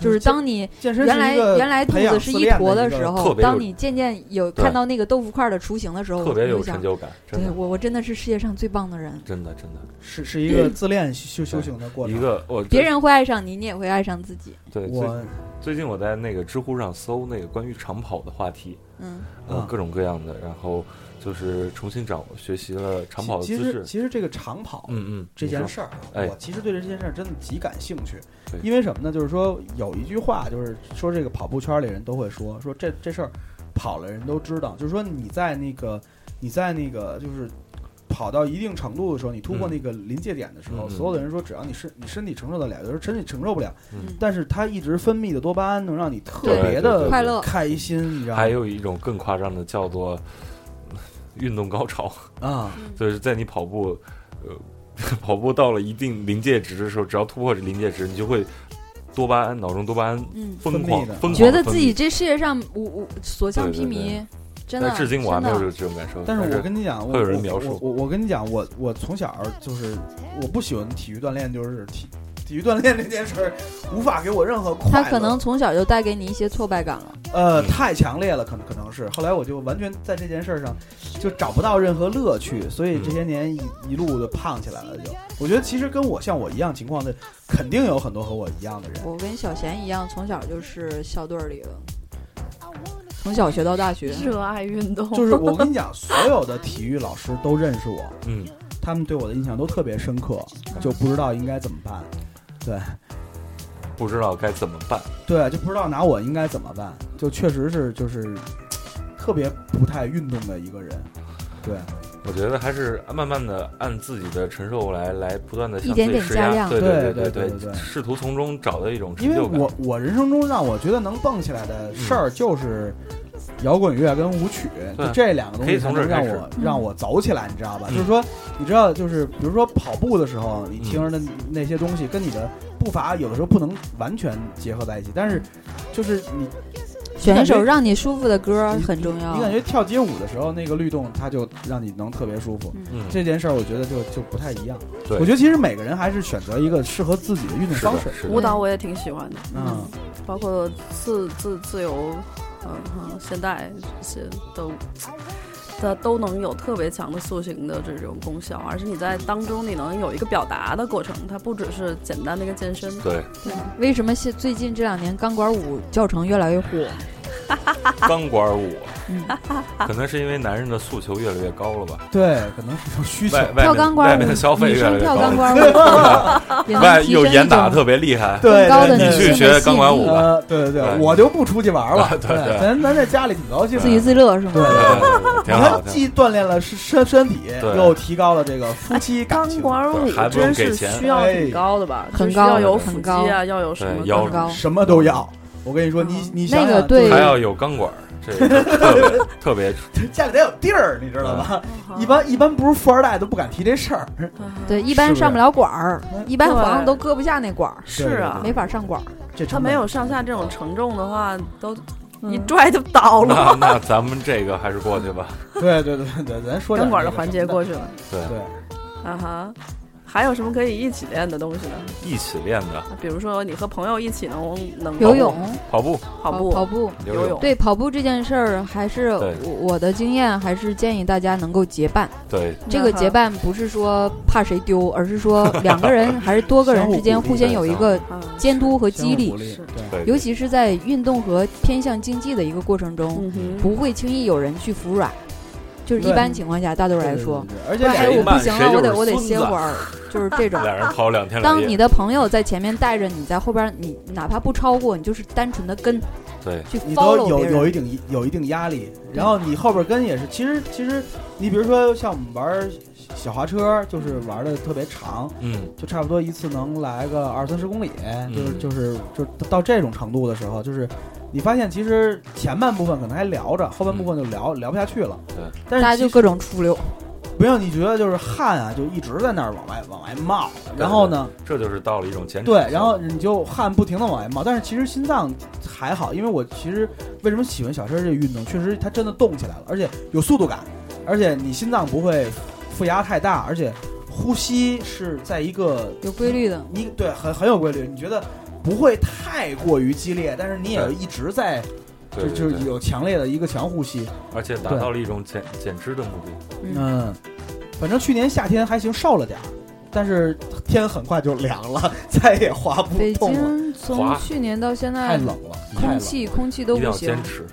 Speaker 5: 就是当你
Speaker 4: 健身是
Speaker 5: 原来
Speaker 4: 一个
Speaker 5: 原来肚
Speaker 4: 培养
Speaker 5: 子是
Speaker 4: 自
Speaker 5: 一
Speaker 4: 恋
Speaker 5: 坨
Speaker 4: 的
Speaker 5: 的
Speaker 4: 一个
Speaker 5: 时
Speaker 8: 特
Speaker 5: 候，
Speaker 8: 别有
Speaker 5: 当你渐渐有
Speaker 8: 对
Speaker 5: 看到那个豆腐块的雏形的时候，
Speaker 8: 特别
Speaker 5: 我
Speaker 8: 有
Speaker 5: 就想
Speaker 8: 成就感，真
Speaker 5: 对
Speaker 8: 的
Speaker 5: 我，我真的是世界上最棒的人。
Speaker 8: 真的，真的，
Speaker 4: 是是一个自恋修修行的过程。
Speaker 8: 一个我
Speaker 5: 别人会爱上你，你也会爱上自己。
Speaker 8: 对最
Speaker 4: 我
Speaker 8: 最近我在那个知乎上搜那个关于长跑的话题，
Speaker 5: 嗯，
Speaker 8: 呃
Speaker 4: 嗯，
Speaker 8: 各种各样的，然后就是重新掌握学习了长跑的
Speaker 4: 其
Speaker 8: 姿
Speaker 4: 其实
Speaker 8: 势。
Speaker 4: 其实这个长跑，
Speaker 8: 嗯嗯，
Speaker 4: 这件
Speaker 8: 你
Speaker 4: 事儿啊
Speaker 8: 哎，
Speaker 4: 我其实对这件事儿真的极感兴趣
Speaker 8: 对。
Speaker 4: 因为什么呢？就是说有一句话，就是说这个跑步圈里人都会说，说这这事儿跑了人都知道，就是说你在那个你在那个就是跑到一定程度的时候，你突破
Speaker 8: 嗯
Speaker 4: 那个临界点的时候，
Speaker 8: 嗯嗯
Speaker 4: 所有的人说只要你身你身体承受得了，有时候身体承受不了，
Speaker 8: 嗯
Speaker 4: 但是它一直分泌的多巴胺能让你特
Speaker 5: 对
Speaker 4: 别
Speaker 8: 对
Speaker 4: 的
Speaker 5: 快乐
Speaker 4: 开心，你知
Speaker 8: 说
Speaker 4: 道吗？
Speaker 8: 还有一种更夸张的叫做嗯运动高潮。
Speaker 4: 啊，
Speaker 5: 嗯
Speaker 8: <laughs> 就是在你跑步，呃， <laughs> 跑步到了一定临界值的时候，只要突破这临界值，你就会多巴胺，脑中多巴胺
Speaker 5: 嗯
Speaker 4: 分
Speaker 8: 疯狂
Speaker 4: 泌的啊
Speaker 8: 疯狂地分泌，
Speaker 5: 觉得自己这世界上无无所
Speaker 8: 对
Speaker 5: 向
Speaker 8: 对
Speaker 5: 披
Speaker 8: 对
Speaker 5: 靡，真的
Speaker 8: 但。至今我还
Speaker 5: 真
Speaker 8: 没有
Speaker 5: 的
Speaker 8: 这这种感受。
Speaker 4: 但是我跟你讲，我
Speaker 8: 会有人
Speaker 4: 我
Speaker 8: 描述
Speaker 4: 我我我跟你讲，我我从小就是我不喜欢体育锻炼，就是体体育锻炼这件事儿无法给我任何快
Speaker 5: 他
Speaker 4: 乐。
Speaker 5: 可能从小就带给你一些挫败感了。
Speaker 4: 呃
Speaker 8: 嗯
Speaker 4: 太强烈了，可能可能是。后来我就完全在这件事上就找不到任何乐趣，所以这
Speaker 8: 嗯
Speaker 4: 些年一一路的胖起来了就。我觉得其实跟我像我一样情况的，肯定有很多和我一样的人。
Speaker 5: 我跟小贤一样，从小就是校队儿里的，从小学到大学。
Speaker 6: 热爱运动，
Speaker 4: 就是
Speaker 6: <laughs>
Speaker 4: 我跟你
Speaker 5: <laughs>
Speaker 4: 讲，所有的体育老师都认识我，
Speaker 8: 嗯，
Speaker 4: 他们对我的印象都特别深刻，就不知道应该怎么办。
Speaker 8: 不知道该怎么办。
Speaker 4: 对，就不知道拿我应该怎么办，就确实是就是特别不太运动的一个人。对，
Speaker 8: 我觉得还是慢慢的按自己的承受来来不断的
Speaker 5: 一
Speaker 8: 向自
Speaker 5: 点
Speaker 8: 己
Speaker 5: 点
Speaker 8: 施
Speaker 5: 加
Speaker 8: 压，
Speaker 5: 量
Speaker 8: 对
Speaker 4: 对
Speaker 8: 对
Speaker 4: 对对对对
Speaker 8: 试图从中找到一种
Speaker 4: 因为
Speaker 8: 成就感。嗯
Speaker 4: 我我人生中让我觉得能蹦起来的事儿就是摇滚乐跟舞曲，
Speaker 8: 对
Speaker 4: 就这两个东
Speaker 8: 可以
Speaker 4: 西才
Speaker 8: 从这
Speaker 4: 能
Speaker 8: 儿
Speaker 4: 让
Speaker 8: 开始
Speaker 4: 我让我走起来，你知道吧？
Speaker 8: 嗯
Speaker 4: 就是说，你知道，就是比如说跑步的时候，你
Speaker 8: 嗯
Speaker 4: 听着的那些东西跟你的步伐有的时候不能完全结合在一起，但是就是你
Speaker 5: 选一首让你舒服的歌儿很重要
Speaker 4: 你。感觉跳街舞的时候那个律动，它就让你能特别舒服。
Speaker 8: 嗯，
Speaker 4: 这件事儿我觉得就就不太一样。
Speaker 8: 对
Speaker 4: 我觉得其实每个人还是选择一个适合自己的运动
Speaker 8: 是
Speaker 4: 方
Speaker 8: 的，
Speaker 4: 式。
Speaker 8: 是的
Speaker 6: 舞蹈我也挺喜欢的，
Speaker 4: 嗯，
Speaker 6: 包括自自自由，嗯嗯，现代这些都，它都能有特别强的塑形的这种功效，而且你在当中你能有一个表达的过程，它不只是简单的一个健身。
Speaker 8: 对，
Speaker 5: 为什么现最近这两年钢管舞教程越来越火？
Speaker 8: 钢管舞，
Speaker 5: 嗯，
Speaker 8: 可能是因为男人的诉求越来越高了吧，
Speaker 4: 对，可能是有需求。
Speaker 8: 外外
Speaker 5: 跳
Speaker 8: 面外
Speaker 5: 钢管舞，
Speaker 8: 面的
Speaker 5: 女
Speaker 8: 消
Speaker 5: 生
Speaker 8: 费越来越
Speaker 5: 跳
Speaker 8: 高
Speaker 5: 钢
Speaker 8: 了， <laughs>
Speaker 5: 管舞也
Speaker 8: 外
Speaker 5: 能提
Speaker 8: 又
Speaker 5: 升一
Speaker 8: 严打
Speaker 5: 种
Speaker 8: 特别
Speaker 4: <laughs>
Speaker 8: 厉害，嗯
Speaker 4: 对
Speaker 5: 更高的
Speaker 4: 对
Speaker 5: 女
Speaker 4: 对
Speaker 8: 你
Speaker 5: 性
Speaker 8: 去
Speaker 5: 的
Speaker 8: 学
Speaker 5: 吸
Speaker 8: 钢管
Speaker 5: 引
Speaker 8: 舞
Speaker 5: 力
Speaker 8: 吧
Speaker 4: 呃，对对对，
Speaker 8: 对
Speaker 4: 我就不出去玩了。
Speaker 8: <laughs> 对对对
Speaker 4: 咱咱在家里挺高兴的。
Speaker 5: 自娱自乐是吗？
Speaker 4: 对
Speaker 8: 对挺
Speaker 4: 你看，
Speaker 8: 好，挺好。
Speaker 4: 既锻炼了身身身体，
Speaker 8: 对
Speaker 4: 又提高了这个夫妻感
Speaker 6: 钢
Speaker 4: 情。
Speaker 6: 管舞
Speaker 8: 还不用
Speaker 6: 真
Speaker 8: 给
Speaker 6: 是
Speaker 8: 钱
Speaker 6: 需要挺高的吧，
Speaker 5: 很
Speaker 6: 就需
Speaker 5: 高
Speaker 6: 要有
Speaker 8: 很
Speaker 6: 腹肌
Speaker 5: 高
Speaker 6: 啊，要有什么
Speaker 8: 对腰
Speaker 6: 各种
Speaker 5: 高
Speaker 4: 什么都要。我跟你说，
Speaker 6: 嗯
Speaker 4: 你你想
Speaker 5: 那
Speaker 4: 想
Speaker 5: 个对
Speaker 8: 还要有钢管儿，这个特别
Speaker 4: <laughs>
Speaker 8: 特别
Speaker 4: 就是家里得有地儿，你知道吧？
Speaker 8: 嗯
Speaker 6: 好
Speaker 4: 一般一般不是富二代都不敢提这事儿。
Speaker 5: 对，一般上不了管儿，一般房子都搁不下那管儿，
Speaker 6: 是
Speaker 4: 对
Speaker 6: 啊
Speaker 4: 对对
Speaker 5: 没法上管儿。
Speaker 4: 这
Speaker 6: 它
Speaker 4: 成本
Speaker 6: 没有上下这种承重的话，都一拽就倒
Speaker 8: <laughs>
Speaker 6: 了。
Speaker 8: 那那咱们这个还是过去吧。
Speaker 4: 对对对对，咱说点
Speaker 6: 钢管
Speaker 4: 这
Speaker 6: 的
Speaker 4: 个
Speaker 6: 环节
Speaker 4: 什么
Speaker 6: 过去了，
Speaker 8: 对，
Speaker 4: 的。对，
Speaker 6: 啊哈。还有什么可以一起练的东西呢？
Speaker 8: 一起练的
Speaker 6: 啊比如说你和朋友一起能能
Speaker 5: 游泳、
Speaker 8: 跑步、
Speaker 6: 跑步、
Speaker 5: 跑步，
Speaker 8: 游
Speaker 6: 泳，
Speaker 5: 对跑步这件事儿，还是
Speaker 8: 对
Speaker 5: 我我的经验，还是建议大家能够结伴。
Speaker 8: 对
Speaker 5: 这个结伴不是说怕谁丢，而是说两个人还是多个人之间
Speaker 4: 相互鼓
Speaker 5: 互
Speaker 4: 励
Speaker 5: 相有一个
Speaker 6: 啊，
Speaker 5: 监督和激
Speaker 4: 相互
Speaker 5: 励
Speaker 4: 鼓，励
Speaker 6: 是
Speaker 4: 对。
Speaker 8: 对，
Speaker 5: 尤其是在运动和偏向竞技的一个过程中，
Speaker 6: 嗯哼，
Speaker 5: 不会轻易有人去服软。就是一
Speaker 4: 对
Speaker 5: 般情况下，大多数来
Speaker 4: 对
Speaker 5: 说，，
Speaker 4: 对对对而且
Speaker 5: 不然
Speaker 4: 俩
Speaker 8: 谁
Speaker 5: 哎我
Speaker 4: 人
Speaker 5: 不
Speaker 8: 慢
Speaker 5: 行
Speaker 8: 谁
Speaker 5: 了，我
Speaker 8: 就是
Speaker 5: 得我得
Speaker 8: 孙
Speaker 5: 歇
Speaker 8: 子
Speaker 5: 会儿，就是
Speaker 8: <laughs>
Speaker 5: 这种。
Speaker 8: 俩人跑两天两
Speaker 5: 当你
Speaker 8: 夜，
Speaker 5: 的朋友在前面带着你，在后边，你哪怕不超过，你就是单纯的跟
Speaker 8: 对
Speaker 5: 去
Speaker 4: 你都
Speaker 5: follow
Speaker 4: 有
Speaker 5: 别
Speaker 4: 有
Speaker 5: 人。
Speaker 4: 一定有一定压力，然后你后边跟也是，其实其实你比如说像我们玩小滑车，就是玩的特别长，
Speaker 8: 嗯，
Speaker 4: 就差不多一次能来个二三十公里，就是就是就是到这种程度的时候，就是你发现其实前半部分可能还聊着，后半部分就聊聊不下去了。
Speaker 8: 对，
Speaker 4: 但
Speaker 5: 大
Speaker 4: 是
Speaker 5: 家
Speaker 4: 其
Speaker 5: 就
Speaker 4: 实
Speaker 5: 各种出溜，
Speaker 4: 不要你觉得就是汗啊，就一直在那儿往外往外冒，然后呢，
Speaker 8: 这就是到了一种前
Speaker 4: 对，然后你就汗不停的往外冒，但是其实心脏还好，因为我其实为什么喜欢小车这个运动，确实它真的动起来了，而且有速度感，而且你心脏不会负压太大，而且呼吸是在一个
Speaker 5: 有规律的。
Speaker 4: 你对很很有规律，你觉得不会太过于激烈，但是你也
Speaker 8: 对
Speaker 4: 一直在
Speaker 8: 对
Speaker 4: 就
Speaker 8: 对
Speaker 4: 就是
Speaker 8: 对，
Speaker 4: 有强烈的一个强呼吸，
Speaker 8: 而且达到了一种减减脂的目的，
Speaker 5: 嗯，
Speaker 4: 嗯，反正去年夏天还行，瘦了点儿。但是天很快就凉了， <laughs> 再也滑不
Speaker 5: 北
Speaker 4: 动了，
Speaker 5: 京从
Speaker 8: 滑
Speaker 5: 去年到现
Speaker 4: 太
Speaker 5: 在，
Speaker 4: 冷了，太冷
Speaker 5: 空
Speaker 4: 了。
Speaker 5: 气空气都
Speaker 8: 一定
Speaker 5: 不
Speaker 8: 要
Speaker 5: 行
Speaker 8: 坚。持。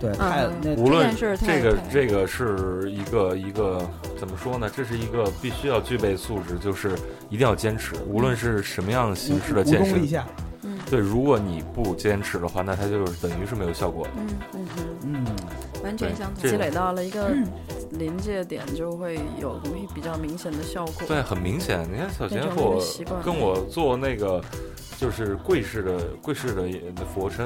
Speaker 4: 对，
Speaker 5: 嗯
Speaker 4: 太那
Speaker 8: 无论
Speaker 5: 这件事儿太
Speaker 8: 这个
Speaker 5: 太
Speaker 8: 这个是一个一个怎么说呢？这是一个必须要具备素质，就是一定要坚持，无论是什么样
Speaker 4: 无
Speaker 8: 形式的
Speaker 4: 无
Speaker 8: 健
Speaker 4: 功立
Speaker 8: 身。
Speaker 4: 下，
Speaker 5: 嗯
Speaker 8: 对，如果你不坚持的话，那它就是等于是没有效果的。
Speaker 5: 嗯，
Speaker 6: 嗯哼，
Speaker 4: 嗯，
Speaker 5: 完全相同
Speaker 8: 这。
Speaker 6: 积
Speaker 8: 个
Speaker 6: 累到了一个临界点，就会有比较明显的效果。
Speaker 8: 对，很明显。你看小贤
Speaker 6: 那种
Speaker 8: 和
Speaker 6: 那
Speaker 8: 我
Speaker 6: 个习惯
Speaker 8: 跟我做那个就是跪式的跪式的俯卧撑，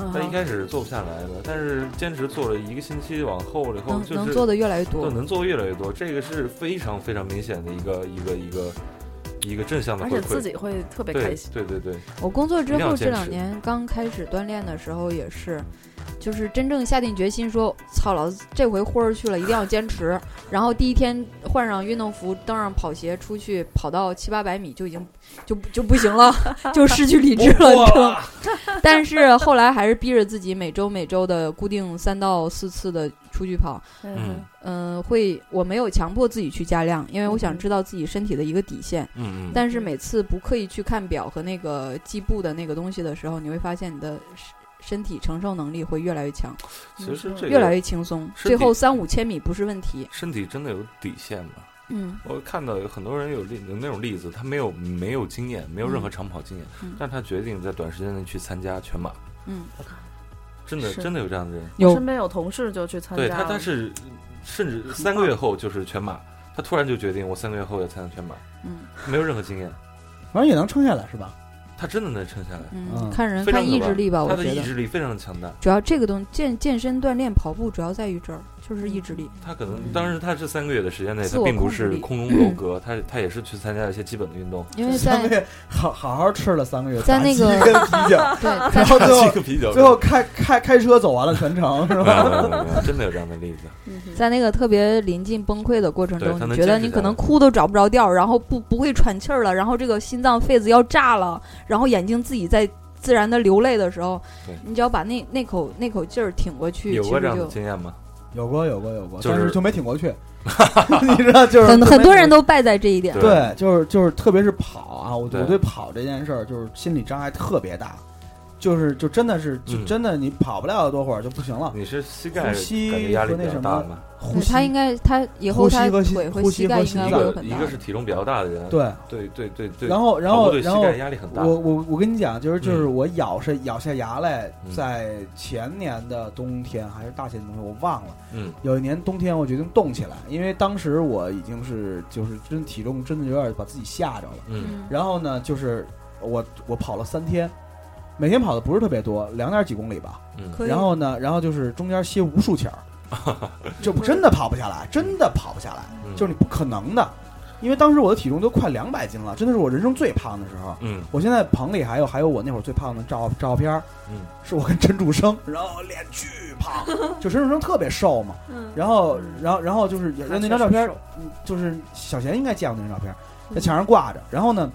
Speaker 6: 嗯
Speaker 8: 但一
Speaker 6: 哼，
Speaker 8: 开始做不下来的，但是坚持做了一个星期，往后了以后
Speaker 5: 能
Speaker 8: 就
Speaker 5: 嗯能
Speaker 8: 是
Speaker 5: 做的越来越
Speaker 8: 就
Speaker 5: 多，
Speaker 8: 能做越来越多，这个是非常非常明显的一个一个一个一个正向的
Speaker 6: 而
Speaker 8: 回
Speaker 6: 且
Speaker 8: 馈，
Speaker 6: 自己会特别
Speaker 8: 对
Speaker 6: 开心。
Speaker 8: 对对对，
Speaker 5: 我工作之
Speaker 8: 一定要
Speaker 5: 后
Speaker 8: 坚持
Speaker 5: 这两年刚开始锻炼的时候也是，就是真正下定决心说，操老子这回豁出去了，一定要坚持。然后第一天换上运动服，登上跑鞋，出去跑到七八百米就已经就就不行了， <laughs> 就失去理智
Speaker 8: <laughs>
Speaker 5: 了，你知道吗？ <laughs> 但是后来还是逼着自己每周每周的固定三到四次的出去跑，
Speaker 8: 嗯
Speaker 5: 嗯、会我没有强迫自己去加量，因为我
Speaker 8: 嗯
Speaker 5: 想知道自己身体的一个底线。
Speaker 8: 嗯嗯，
Speaker 5: 但是每次不刻意去看表和那个计步的那个东西的时候，你会发现你的身身体承受能力会越来越强，
Speaker 8: 其实这个
Speaker 5: 越来越轻松，
Speaker 8: 身
Speaker 5: 最
Speaker 8: 体
Speaker 5: 后三五千米不是问题。
Speaker 8: 身体真的有底线的。
Speaker 5: 嗯，
Speaker 8: 我看到有很多人有例有那种例子，他没有没有经验，没有任何长跑经验，
Speaker 5: 嗯
Speaker 8: 但是他决定在短时间内去参加全马。
Speaker 5: 嗯，
Speaker 8: 真的
Speaker 6: 是
Speaker 8: 真的有这样的人，
Speaker 5: 有
Speaker 6: 身边有同事就去参加
Speaker 8: 对
Speaker 6: 了，
Speaker 8: 他他是甚至三个月后就是全马，他突然就决定我三个月后要参加全马，
Speaker 5: 嗯
Speaker 8: <laughs> 没有任何经验，
Speaker 4: 反正也能撑下来是吧？
Speaker 8: 他真的能撑下来，
Speaker 4: 嗯
Speaker 5: 嗯，看人
Speaker 8: 非常
Speaker 5: 看
Speaker 8: 可
Speaker 5: 意
Speaker 8: 怕
Speaker 5: 志力吧，我
Speaker 8: 他的
Speaker 5: 觉
Speaker 8: 意
Speaker 5: 得
Speaker 8: 志力非常强大。
Speaker 5: 主要这个东健健身锻炼跑步主要在于这儿，就是意志力。
Speaker 8: 他可能当时他这三个月的时间内，
Speaker 5: 自
Speaker 8: 他
Speaker 5: 我
Speaker 8: 并不
Speaker 5: 控制
Speaker 8: 是
Speaker 5: 力
Speaker 8: 空中
Speaker 5: <laughs>
Speaker 8: 楼阁，他他也是去参加一些基本的运动，
Speaker 5: 因为
Speaker 4: 三个
Speaker 5: 在
Speaker 4: 月好好好吃了三个月，
Speaker 5: 在那个
Speaker 4: 炸鸡跟啤酒，
Speaker 5: <laughs> 对
Speaker 4: 然后最
Speaker 8: <laughs> 这
Speaker 4: 后
Speaker 8: 个比较
Speaker 4: 最后开开开车走完了全程是
Speaker 8: 没有
Speaker 4: 吧？
Speaker 8: 没有没有没有呃真的有这样的
Speaker 5: <laughs>
Speaker 8: 例子，
Speaker 6: 嗯哼
Speaker 5: 在那个特别临近崩溃的过程
Speaker 8: 对他
Speaker 5: 中，
Speaker 8: 能
Speaker 5: 你觉
Speaker 8: 坚
Speaker 5: 得
Speaker 8: 持
Speaker 5: 你
Speaker 8: 下
Speaker 5: 可能
Speaker 8: 来
Speaker 5: 哭都找不着调儿，然后不不会喘气儿了，然后这个心脏肺子要炸了，然后眼睛自己在自然的流泪的时候
Speaker 8: 对，
Speaker 5: 你只要把那那口那口劲儿挺过去，
Speaker 8: 有
Speaker 5: 其
Speaker 8: 过
Speaker 5: 实
Speaker 8: 这样的
Speaker 5: 就
Speaker 8: 经验吗？
Speaker 4: 有过有过有过，
Speaker 8: 就是
Speaker 4: 但是就没挺过
Speaker 8: <laughs>
Speaker 4: 去，你知道就是
Speaker 5: 很
Speaker 4: 就没
Speaker 5: 很多
Speaker 4: 挺
Speaker 5: 人都败在这一点。
Speaker 8: 对
Speaker 4: 对，就是就是，特别是跑啊，我
Speaker 8: 对
Speaker 4: 我对跑这件事儿就是心理障碍特别大，就是就真的是就
Speaker 8: 嗯
Speaker 4: 真的你跑不了多会儿就不行了，
Speaker 8: 你是膝盖感
Speaker 4: 呼吸
Speaker 8: 觉压力
Speaker 4: 和那
Speaker 8: 比较
Speaker 4: 什
Speaker 8: 大
Speaker 4: 么
Speaker 8: 吗？
Speaker 4: 呼
Speaker 5: 对
Speaker 4: 吸
Speaker 5: 他应该他以
Speaker 4: 呼
Speaker 5: 后
Speaker 4: 吸
Speaker 5: 他
Speaker 4: 和心
Speaker 5: 腿和
Speaker 4: 呼
Speaker 5: 膝
Speaker 4: 吸
Speaker 5: 盖
Speaker 4: 和
Speaker 5: 应该
Speaker 4: 心
Speaker 8: 一
Speaker 5: 会
Speaker 4: 脏
Speaker 5: 有
Speaker 8: 个
Speaker 5: 很
Speaker 8: 一
Speaker 5: 大
Speaker 8: 个是
Speaker 5: 的。
Speaker 8: 体重比较大的人，
Speaker 4: 对，
Speaker 8: 对对对对，
Speaker 4: 然后然
Speaker 8: 跑步
Speaker 4: 后
Speaker 8: 对膝
Speaker 4: 然后
Speaker 8: 盖压力很大，
Speaker 4: 我我我跟你讲，就是就是我咬是咬下牙来，
Speaker 8: 嗯
Speaker 4: 在前年的冬天还是大前年冬天我忘了，
Speaker 8: 嗯
Speaker 4: 有一年冬天我决定动起来，因为当时我已经是就是真体重真的有点把自己吓着了。
Speaker 8: 嗯
Speaker 5: 嗯
Speaker 4: 然后呢，就是我我跑了三天，每天跑的不是特别多，两点几公里吧。
Speaker 8: 嗯，
Speaker 5: 可以
Speaker 4: 然后呢，然后就是中间歇无数圈
Speaker 8: <laughs>
Speaker 4: 儿，这不真的跑不下来，真的跑不下来，
Speaker 8: 嗯
Speaker 4: 就是你不可能的。因为当时我的体重都快两百斤了，真的是我人生最胖的时候。
Speaker 8: 嗯
Speaker 4: 我现在棚里还有还有我那会儿最胖的照照片儿，
Speaker 8: 嗯
Speaker 4: 是我跟陈楚生，然后脸巨胖，就陈楚生特别瘦嘛，
Speaker 6: 嗯
Speaker 4: 然后然后然后就是
Speaker 6: 他
Speaker 4: 那张
Speaker 6: 确
Speaker 4: 照
Speaker 6: 实
Speaker 4: 片儿
Speaker 6: 瘦，
Speaker 4: 嗯就是小贤应该见过那张照片儿，
Speaker 5: 嗯
Speaker 4: 在墙上挂着。然后呢，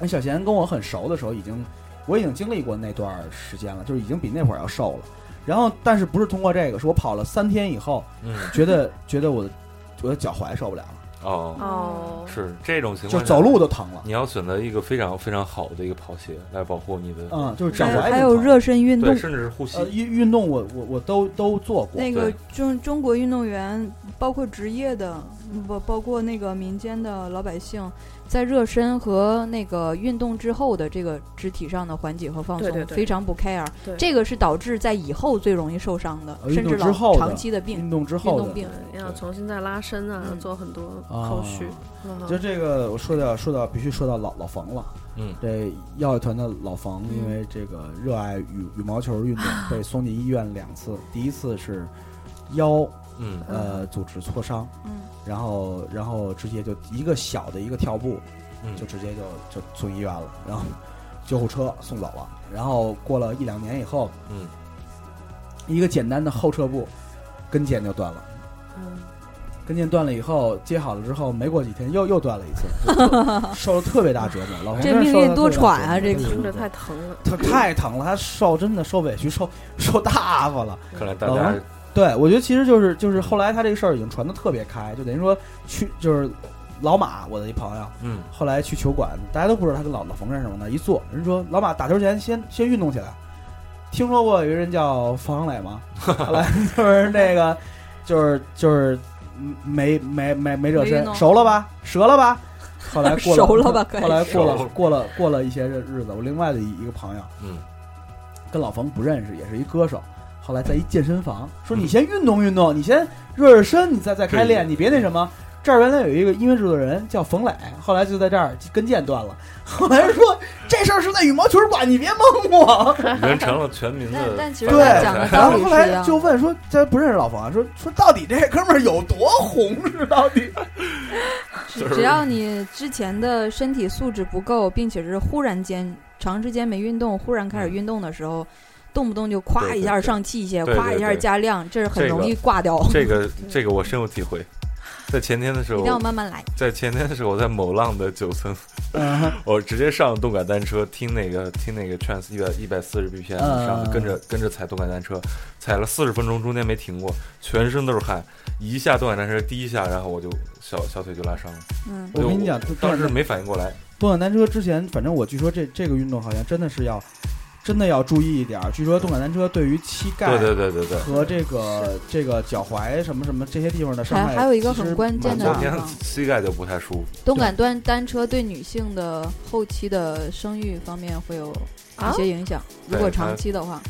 Speaker 4: 那小贤跟我很熟的时候，已经我已经经历过那段时间了，就是已经比那会儿要瘦了。然后，但是不是通过这个，是我跑了三天以后，
Speaker 8: 嗯
Speaker 4: 觉得觉得我的我的脚踝受不了了，
Speaker 8: 哦，
Speaker 6: 哦，
Speaker 8: 是这种情
Speaker 4: 就
Speaker 8: 况下，
Speaker 4: 走路都疼了。
Speaker 8: 你要选择一个非常非常好的一个跑鞋来保护你的，
Speaker 4: 嗯，就是脚
Speaker 5: 还有
Speaker 4: 踝
Speaker 5: 还有
Speaker 4: 也疼
Speaker 5: 热身运
Speaker 8: 对，
Speaker 5: 动，
Speaker 8: 甚至是呼吸
Speaker 4: 呃，运运动我，我我都都做过。
Speaker 5: 那个
Speaker 8: 对
Speaker 5: 中中国运动员，包括职业的，不包括那个民间的老百姓，在热身和那个运动之后的这个肢体上的缓解和放松，
Speaker 6: 对对对
Speaker 5: 非常不 care
Speaker 6: 对。
Speaker 5: 这个是导致在以后最容易受伤的，
Speaker 4: 呃运
Speaker 5: 甚
Speaker 4: 动
Speaker 5: 至
Speaker 4: 之后的
Speaker 5: 老长期的病。
Speaker 4: 运动之
Speaker 5: 运
Speaker 4: 后
Speaker 5: 动
Speaker 4: 的，
Speaker 5: 病，
Speaker 6: 对要重新再拉伸啊
Speaker 5: 嗯，
Speaker 6: 做很多
Speaker 4: 啊
Speaker 6: 后续。嗯哼
Speaker 4: 就这个，我说到说到必须说到老老冯了。
Speaker 8: 嗯
Speaker 4: 这药乐团的老冯，
Speaker 5: 嗯
Speaker 4: 因为这个热爱羽羽毛球
Speaker 5: <laughs>
Speaker 4: 运动，被送进医院两次。第一次是腰
Speaker 8: 嗯
Speaker 4: 呃组织挫伤，
Speaker 5: 嗯，
Speaker 4: 然后然后直接就一个小的一个跳步，
Speaker 8: 嗯
Speaker 4: 就直接就就送医院了，然后救护车送走了。然后过了一两年以后，
Speaker 8: 嗯，
Speaker 4: 一个简单的后撤步，跟腱就断了。
Speaker 6: 嗯
Speaker 4: 跟腱断了以后，接好了之后，没过几天又又断了一次，就受了特别大折磨。老冯
Speaker 5: 这
Speaker 4: 真是
Speaker 5: 命
Speaker 4: 受了
Speaker 5: 运多
Speaker 4: 特别大
Speaker 5: 舛啊
Speaker 4: 折磨
Speaker 5: 这个
Speaker 4: 对对
Speaker 6: 听着
Speaker 4: 对
Speaker 6: 太疼了，
Speaker 4: 他太疼了，他受真的受委屈，受受大发了。
Speaker 8: 看来大家
Speaker 4: 对，我觉得其实就是就是后来他这个事儿已经传的特别开，就等于说去就是老马，我的一朋友，
Speaker 8: 嗯
Speaker 4: 后来去球馆，大家都不知道他跟老老冯认识吗？那一坐，人说老马打球前先先运动起来。听说过有一个人叫冯长磊吗？后来就是那个，就是就是嗯没没没没热
Speaker 5: 没运
Speaker 4: 身，
Speaker 5: 动
Speaker 4: 熟了吧？折了吧？后来过了，
Speaker 5: 熟了吧可以
Speaker 4: 后来过
Speaker 8: 熟
Speaker 4: 了
Speaker 8: 了
Speaker 4: 过了过了一些日日子，我另外的一一个朋友，
Speaker 8: 嗯，
Speaker 4: 跟老冯不认识，也是一歌手。后来在一健身 <laughs> 房说：“你先运动运动，你先热热身，你再再开练，
Speaker 8: 对
Speaker 4: 你别那什么。”这儿原来有一个音乐制作人叫冯磊，后来就在这儿跟腱断了。后来说这事儿是在羽毛球馆，你别蒙我。
Speaker 8: 已经成了全民
Speaker 5: 但
Speaker 8: 的
Speaker 5: 但其实
Speaker 8: 反
Speaker 4: 对
Speaker 5: 他
Speaker 8: 面
Speaker 5: 讲
Speaker 8: 教
Speaker 5: 的
Speaker 8: 材
Speaker 4: 然
Speaker 5: 道
Speaker 4: 后
Speaker 5: 理
Speaker 4: 后
Speaker 5: 是一
Speaker 4: 来
Speaker 5: 样
Speaker 4: 就问说：“这不认识老冯啊？说说到底这哥们儿有多红是到底
Speaker 8: <laughs>
Speaker 5: 只只要你之前的身体素质不够，并且是忽然间长时间没运动，忽然开始运动的时候，动不动就夸
Speaker 8: 嗯对
Speaker 5: 一
Speaker 8: 对
Speaker 5: 下
Speaker 8: 对
Speaker 5: 上器械，
Speaker 8: 对
Speaker 5: 夸
Speaker 8: 对
Speaker 5: 一下
Speaker 8: 对
Speaker 5: 加量，这是很
Speaker 8: 这
Speaker 5: 容
Speaker 8: 个
Speaker 5: 易挂掉。
Speaker 8: 这个这个我深有体会。在前天的时
Speaker 5: 一
Speaker 8: 候
Speaker 5: 定，要慢慢来。
Speaker 8: 在前天的时候，我在某浪的九层，
Speaker 4: <laughs> 嗯
Speaker 8: 我直接上动感单车，听那个听那个 trance 一百一百四十 BPM
Speaker 4: 嗯
Speaker 8: 上，跟着跟着踩动感单车，踩了四十分钟，中间没停过，全身都是汗。一下动感单车第一下，然后我就小小腿就拉伤了。
Speaker 5: 嗯，
Speaker 4: 我跟你讲
Speaker 8: 就当时
Speaker 4: 动感
Speaker 8: 没反应过来，
Speaker 4: 动感单车之前，反正我据说这这个运动好像真的是要，真的要注意一点儿。据说动感单车对于膝盖
Speaker 8: 对对对对对。
Speaker 4: 和这个这个脚踝什么什么这些地方的伤
Speaker 5: 还
Speaker 4: 害，
Speaker 5: 还有一个很关
Speaker 8: 我
Speaker 5: 键的
Speaker 8: 昨
Speaker 5: 地
Speaker 8: 天
Speaker 5: 方，
Speaker 8: 膝盖就不太舒服，
Speaker 5: 动感端单车对女性的后期的生育方面会有一些影响，如果
Speaker 8: 对它
Speaker 5: 长期的话，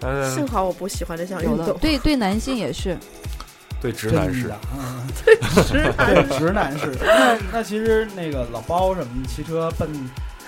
Speaker 8: 但是
Speaker 6: 啊幸好我不喜欢这项运
Speaker 5: 有的
Speaker 6: 动。
Speaker 5: 对对男性也 <laughs> 是。
Speaker 8: 对直
Speaker 4: 真
Speaker 8: 男
Speaker 4: 的
Speaker 8: 是，
Speaker 4: 嗯
Speaker 6: 是吧
Speaker 4: 对直男是。那那其实那个老包什么的骑车奔